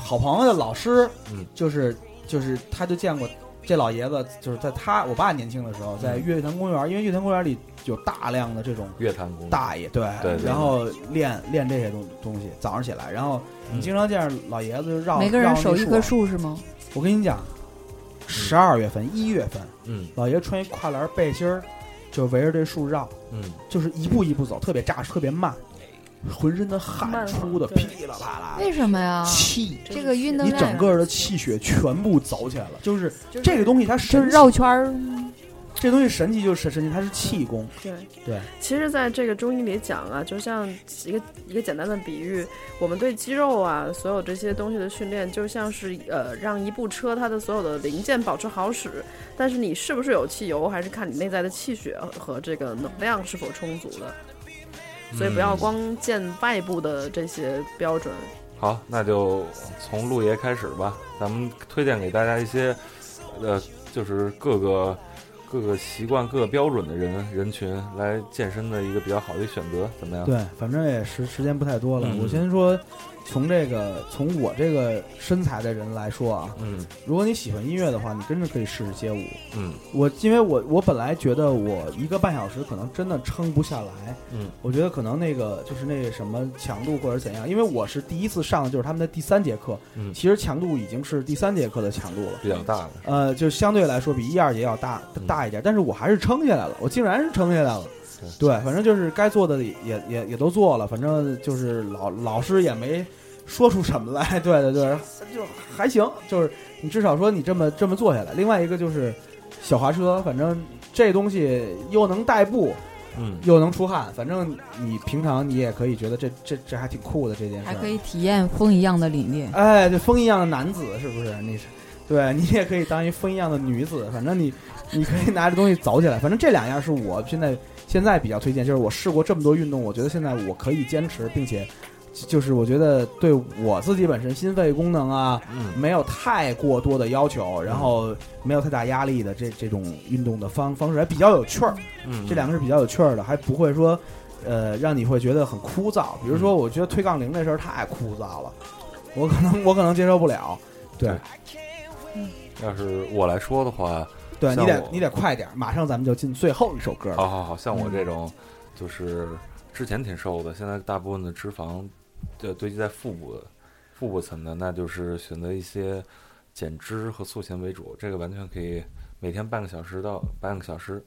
Speaker 4: 好朋友的老师，
Speaker 8: 嗯，
Speaker 4: 就是就是他就见过这老爷子，就是在他我爸年轻的时候，
Speaker 8: 嗯
Speaker 4: 在月坛公园，因为月坛公园里有大量的这种
Speaker 8: 乐坛公园
Speaker 4: 大爷，对，
Speaker 8: 对对
Speaker 4: 然后练练这些东东西，早上起来，然后你
Speaker 8: 嗯
Speaker 4: 经常见着老爷子就绕啊
Speaker 5: 每个人手一棵。
Speaker 4: 绕
Speaker 5: 树是吗？
Speaker 4: 那我跟你讲，十二月份、一月份，
Speaker 8: 嗯
Speaker 4: 老爷穿一跨栏背心儿，就围着这树绕，
Speaker 8: 嗯，
Speaker 4: 就是一步一步走，特别扎实，特别慢，浑身的汗
Speaker 7: 慢
Speaker 4: 出的噼里啪啦
Speaker 5: 为
Speaker 4: 的，
Speaker 5: 什么呀？
Speaker 4: 气，
Speaker 5: 这个运动
Speaker 4: 你
Speaker 5: 量
Speaker 4: 整个的气血全部走起来了。就是这个东西它
Speaker 5: 就是
Speaker 4: 神奇，
Speaker 5: 绕圈儿，
Speaker 4: 这东西神奇就是神奇，它是气功，
Speaker 7: 对
Speaker 4: 对，
Speaker 7: 其实，在这个中医里讲啊，就像一个一个简单的比喻，我们对肌肉啊，所有这些东西的训练，就像是呃，让一部车它的所有的零件保持好使，但是你是不是有汽油，还是看你内在的气血和这个能量是否充足的。所以不要
Speaker 8: 嗯
Speaker 7: 光见外部的这些标准，
Speaker 8: 好，那就从陆爷开始吧，咱们推荐给大家一些，呃，就是各个各个习惯、各个标准的人人群来健身的一个比较好的选择，怎么样？
Speaker 4: 对，反正也时时间不太多了。
Speaker 8: 嗯
Speaker 4: 我先说，从这个从我这个身材的人来说啊，
Speaker 8: 嗯
Speaker 4: 如果你喜欢音乐的话，你真的可以试试街舞。
Speaker 8: 嗯
Speaker 4: 我因为我我本来觉得我一个半小时可能真的撑不下来，
Speaker 8: 嗯
Speaker 4: 我觉得可能那个就是那个什么强度或者怎样，因为我是第一次上的就是他们的第三节课，
Speaker 8: 嗯，
Speaker 4: 其实强度已经是第三节课的强度了。
Speaker 8: 比较大的，
Speaker 4: 呃，就相对来说比一二节要大
Speaker 8: 嗯
Speaker 4: 大一点，但是我还是撑下来了，我竟然是撑下来了。对，反正就是该做的也也也都做了，反正就是老老师也没说出什么来。对对对，就还行，就是你至少说你这么这么做下来。另外一个就是小滑车，反正这东西又能代步
Speaker 8: 嗯
Speaker 4: 又能出汗，反正你平常你也可以觉得这这这还挺酷的这件事儿，
Speaker 5: 还可以体验风一样的凛冽。
Speaker 4: 哎，这风一样的男子是不是？你是，对你也可以当一风一样的女子，反正你你可以拿着东西走起来。反正这两样是我现在现在比较推荐，就是我试过这么多运动，我觉得现在我可以坚持，并且就就是我觉得对我自己本身心肺功能啊
Speaker 8: 嗯
Speaker 4: 没有太过多的要求，然后没有太大压力的这这种运动的方方式，还比较有趣儿。
Speaker 8: 嗯，
Speaker 4: 这两
Speaker 8: 个
Speaker 4: 个是比较有趣儿的，还不会说，呃，让你会觉得很枯燥。比如说，我觉得推杠铃这事儿太枯燥了，我可能我可能接受不了。对，
Speaker 8: 要是我来说的话，
Speaker 4: 对
Speaker 8: 像
Speaker 4: 你得
Speaker 8: 我
Speaker 4: 你得快点儿，马上咱们就进最后一首歌了。
Speaker 8: 哦好好好，像我这种就是之前挺瘦的，现在大部分的脂肪就堆积在腹部的腹部层的，那就是选择一些减脂和塑形为主，这个完全可以每天半个小时到半个小时，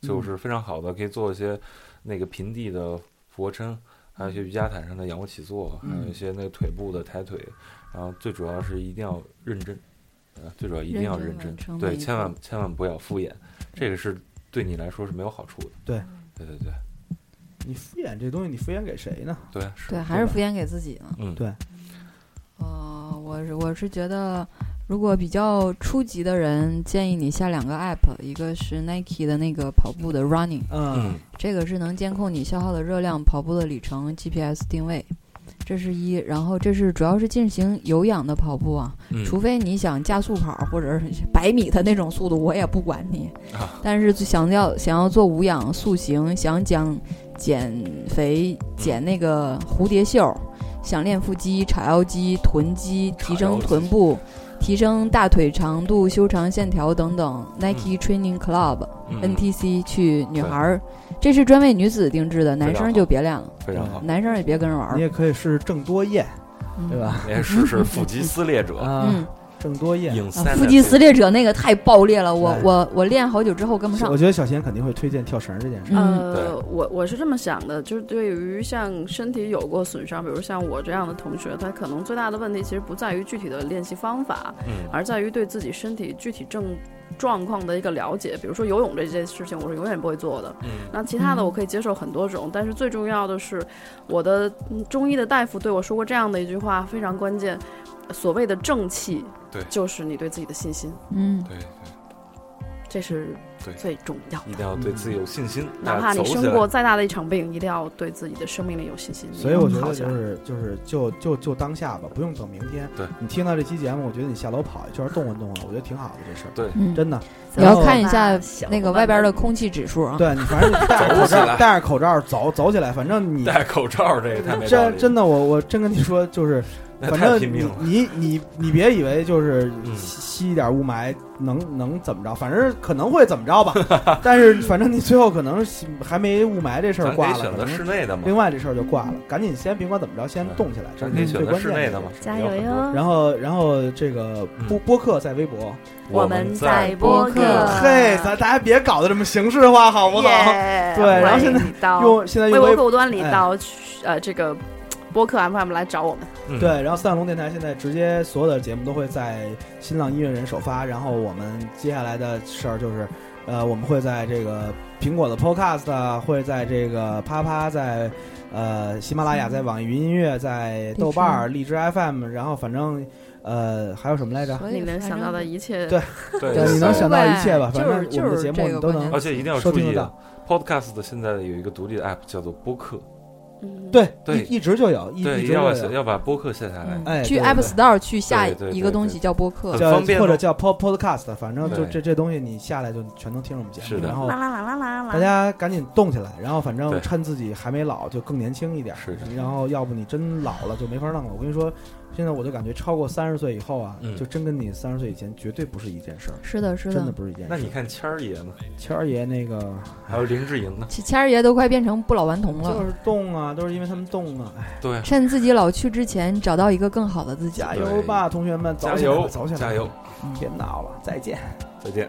Speaker 8: 就是非常好的，可以做一些那个平地的俯卧撑，还有一些瑜伽毯上的仰卧起坐，还有一些那个腿部的抬腿，然后最主要是一定要认真。啊，最主要一定要
Speaker 5: 认真
Speaker 8: 认真，
Speaker 5: 完成每
Speaker 8: 对，
Speaker 5: 一
Speaker 8: 千
Speaker 5: 步
Speaker 8: 万千万不要敷衍，这个是对你来说是没有好处的。
Speaker 4: 对，
Speaker 8: 对对对
Speaker 4: 你敷衍这东西，你敷衍给谁呢？
Speaker 8: 对啊
Speaker 5: 对，
Speaker 8: 是，
Speaker 5: 还是敷衍给自己呢。
Speaker 8: 嗯
Speaker 4: 对
Speaker 5: 呃，我是我是觉得，如果比较初级的人，建议你下两个 app，一个是 Nike 的那个跑步的 Running，
Speaker 4: 嗯，
Speaker 8: 嗯
Speaker 5: 这个是能监控你消耗的热量、跑步的里程、GPS 定位，这是一。然后这是主要是进行有氧的跑步啊，
Speaker 8: 嗯
Speaker 5: 除非你想加速跑或者是百米的那种速度，我也不管你。
Speaker 8: 啊
Speaker 5: 但是想要想要做无氧塑形，想讲减肥减那个蝴蝶袖，想练腹肌、叉腰肌、臀肌，提升臀部，提升大腿长度、修长线条等等。Nike Training Club、
Speaker 8: 嗯
Speaker 5: NTC 去女孩儿，这是专为女子定制的，
Speaker 8: 非常
Speaker 5: 男生就别练了，
Speaker 8: 非常好，
Speaker 5: 男生也别跟着玩
Speaker 4: 嗯你
Speaker 5: 儿，
Speaker 4: 也可以试试郑多燕，
Speaker 5: 嗯
Speaker 8: 哎
Speaker 4: 对？吧？
Speaker 8: 也是是腹肌撕裂者，
Speaker 4: 啊，
Speaker 5: 嗯，
Speaker 4: 郑多燕。
Speaker 8: 影
Speaker 5: 啊
Speaker 8: 三
Speaker 5: 腹肌撕裂者那个太爆裂了，我我我练好久之后跟不上
Speaker 4: 我。觉得小贤肯定会推荐跳绳这件事。
Speaker 5: 嗯，
Speaker 6: 呃，我我是这么想的，就是对于像身体有过损伤，比如像我这样的同学，他可能最大的问题其实不在于具体的练习方法，
Speaker 8: 嗯
Speaker 6: 而在于对自己身体具体症状况的一个了解。比如说游泳这件事情，我是永远不会做的。
Speaker 8: 嗯
Speaker 6: 那其他的
Speaker 5: 嗯
Speaker 6: 我可以接受很多种，但是最重要的是，我的嗯中医的大夫对我说过这样的一句话，非常关键。所谓的正气，
Speaker 8: 对
Speaker 6: 就是你对自己的信心，
Speaker 5: 嗯，
Speaker 8: 对对。
Speaker 6: 这是
Speaker 8: 对
Speaker 6: 最重要
Speaker 8: 一定
Speaker 6: 的。
Speaker 8: 要对自己有信心，
Speaker 6: 嗯哪
Speaker 8: 大
Speaker 6: 怕
Speaker 8: 家
Speaker 6: 你
Speaker 8: 走起
Speaker 6: 生
Speaker 8: 来
Speaker 6: 过再大的一场病，一定要对自己的生命力有信心。
Speaker 4: 所以我觉
Speaker 6: 好
Speaker 4: 得
Speaker 6: 起
Speaker 4: 就
Speaker 6: 来
Speaker 4: 是就是就就就当下吧，不用等明天。
Speaker 8: 对
Speaker 4: 你听到这期节目，我觉得你下楼跑一圈动一动，我觉得挺好的这事儿。
Speaker 8: 对
Speaker 5: 嗯
Speaker 4: <laughs> 真的，
Speaker 5: 你要看一下
Speaker 6: 小
Speaker 5: 那个外边的空气指数啊。
Speaker 4: 对你
Speaker 8: <laughs>
Speaker 4: 反正你戴着口
Speaker 8: 走起来
Speaker 4: 罩，戴着口罩走走起来，反正你
Speaker 8: <laughs> 戴口罩，这个太没道理
Speaker 4: 真
Speaker 8: 了，
Speaker 4: 真的我我真跟你说，就是
Speaker 8: 那
Speaker 4: 反
Speaker 8: 太
Speaker 4: 正
Speaker 8: 拼
Speaker 4: 你
Speaker 8: 命了。
Speaker 4: 你你你别以为就是
Speaker 8: 嗯
Speaker 4: 吸吸一点雾霾能能怎么着，反正可能会怎么着
Speaker 8: <laughs>
Speaker 4: 吧。但是反正你最后可能是还没雾霾这事
Speaker 8: 咱
Speaker 4: 儿
Speaker 8: 可
Speaker 4: 挂
Speaker 8: 以
Speaker 4: 了，
Speaker 8: 选
Speaker 4: 可
Speaker 8: 择
Speaker 4: 能
Speaker 8: 室内的嘛嗯
Speaker 4: 另，外这事儿就挂了。赶紧先别管怎么着，先动起来，这
Speaker 8: 咱
Speaker 4: 是
Speaker 8: 可以
Speaker 4: 最
Speaker 8: 选择
Speaker 4: 关
Speaker 8: 室
Speaker 4: 键
Speaker 8: 内
Speaker 4: 的
Speaker 8: 嘛。。
Speaker 9: 加油
Speaker 8: 有很多！
Speaker 9: 哟！
Speaker 4: 然后，然后这个
Speaker 8: 嗯
Speaker 4: 播播客在微博，
Speaker 9: 我们在播客
Speaker 4: 嘿，咱大家别搞得这么形式化，好不好？
Speaker 6: 耶
Speaker 4: 对然后现在
Speaker 6: 欢迎你到
Speaker 4: 用现在
Speaker 6: 微
Speaker 4: 用
Speaker 6: 博
Speaker 4: 微
Speaker 6: 客户端里
Speaker 4: 哎
Speaker 6: 到呃这个播客 FM 来找我们。
Speaker 8: 嗯，
Speaker 4: 对，然后三角龙电台现在直接所有的节目都会在新浪音乐人首发，然后我们接下来的事儿就是，呃，我们会在这个苹果的 Podcast，、啊、会在这个啪啪，在呃喜马拉雅，在网易云音乐，在豆瓣
Speaker 5: 嗯
Speaker 4: 儿、荔枝 FM，然后反正呃还有什么来着？
Speaker 5: 所以
Speaker 6: 你能
Speaker 5: 反
Speaker 6: 想到
Speaker 5: 正
Speaker 6: 的一切，
Speaker 4: 对
Speaker 8: 对
Speaker 4: 对你能想到一切吧，
Speaker 5: 对
Speaker 4: 反正我们的
Speaker 5: 就是
Speaker 4: 节目
Speaker 5: 就是
Speaker 4: 你都
Speaker 5: 这个
Speaker 4: 能
Speaker 5: 关键
Speaker 8: 而且一定要
Speaker 4: 收
Speaker 8: 注
Speaker 4: 听
Speaker 8: 意啊
Speaker 4: 得到。
Speaker 8: ，Podcast 现在有一个独立的 app 叫做播客，
Speaker 6: 嗯，
Speaker 4: 对，
Speaker 8: 对
Speaker 4: 一一直就有，一一
Speaker 8: 对，一
Speaker 4: 直
Speaker 8: 定
Speaker 4: 就
Speaker 8: 要
Speaker 4: 有。
Speaker 8: 要把播客下下来。
Speaker 4: 哎
Speaker 5: 嗯去
Speaker 4: 对
Speaker 5: App
Speaker 4: 对
Speaker 5: Store 去下
Speaker 8: 对对对
Speaker 5: 一个东西叫播
Speaker 4: <laughs>
Speaker 5: 客
Speaker 8: 很。
Speaker 4: 叫
Speaker 8: 方便
Speaker 4: 或者
Speaker 8: 吗
Speaker 4: 叫 pod podcast，反正就
Speaker 8: 对
Speaker 4: 这这东西你下来就全能听着我们节目。
Speaker 8: 是的
Speaker 4: 然后
Speaker 9: 啦啦啦啦啦啦！
Speaker 4: 大家赶紧动起来，然后反正
Speaker 8: 对
Speaker 4: 趁自己还没老，就更年轻一点。
Speaker 8: 是的
Speaker 4: 然后要不你真老了就没法弄了。我跟你说，现在我就感觉超过三十岁以后啊，
Speaker 8: 嗯
Speaker 4: 就真跟你三十岁以前绝对不是一件事儿，
Speaker 5: 是的，是
Speaker 4: 真的
Speaker 5: 的，
Speaker 4: 不是一件事
Speaker 8: 那
Speaker 4: 儿。
Speaker 8: 你看谦儿爷呢，
Speaker 4: 谦儿爷那个
Speaker 8: 还有林志颖呢，
Speaker 5: 谦谦儿爷都快变成不老顽童
Speaker 4: 就
Speaker 5: 了。
Speaker 4: 是动啊，都是因为他们动啊。哎，
Speaker 8: 对，
Speaker 5: 趁自己老去之前，找到一个更好的自己。
Speaker 4: 加油吧，同学们，走
Speaker 8: 加
Speaker 4: 起来吧
Speaker 8: 油，
Speaker 4: 走起来，
Speaker 8: 加油，，
Speaker 4: 别闹了，再见。
Speaker 8: 再见。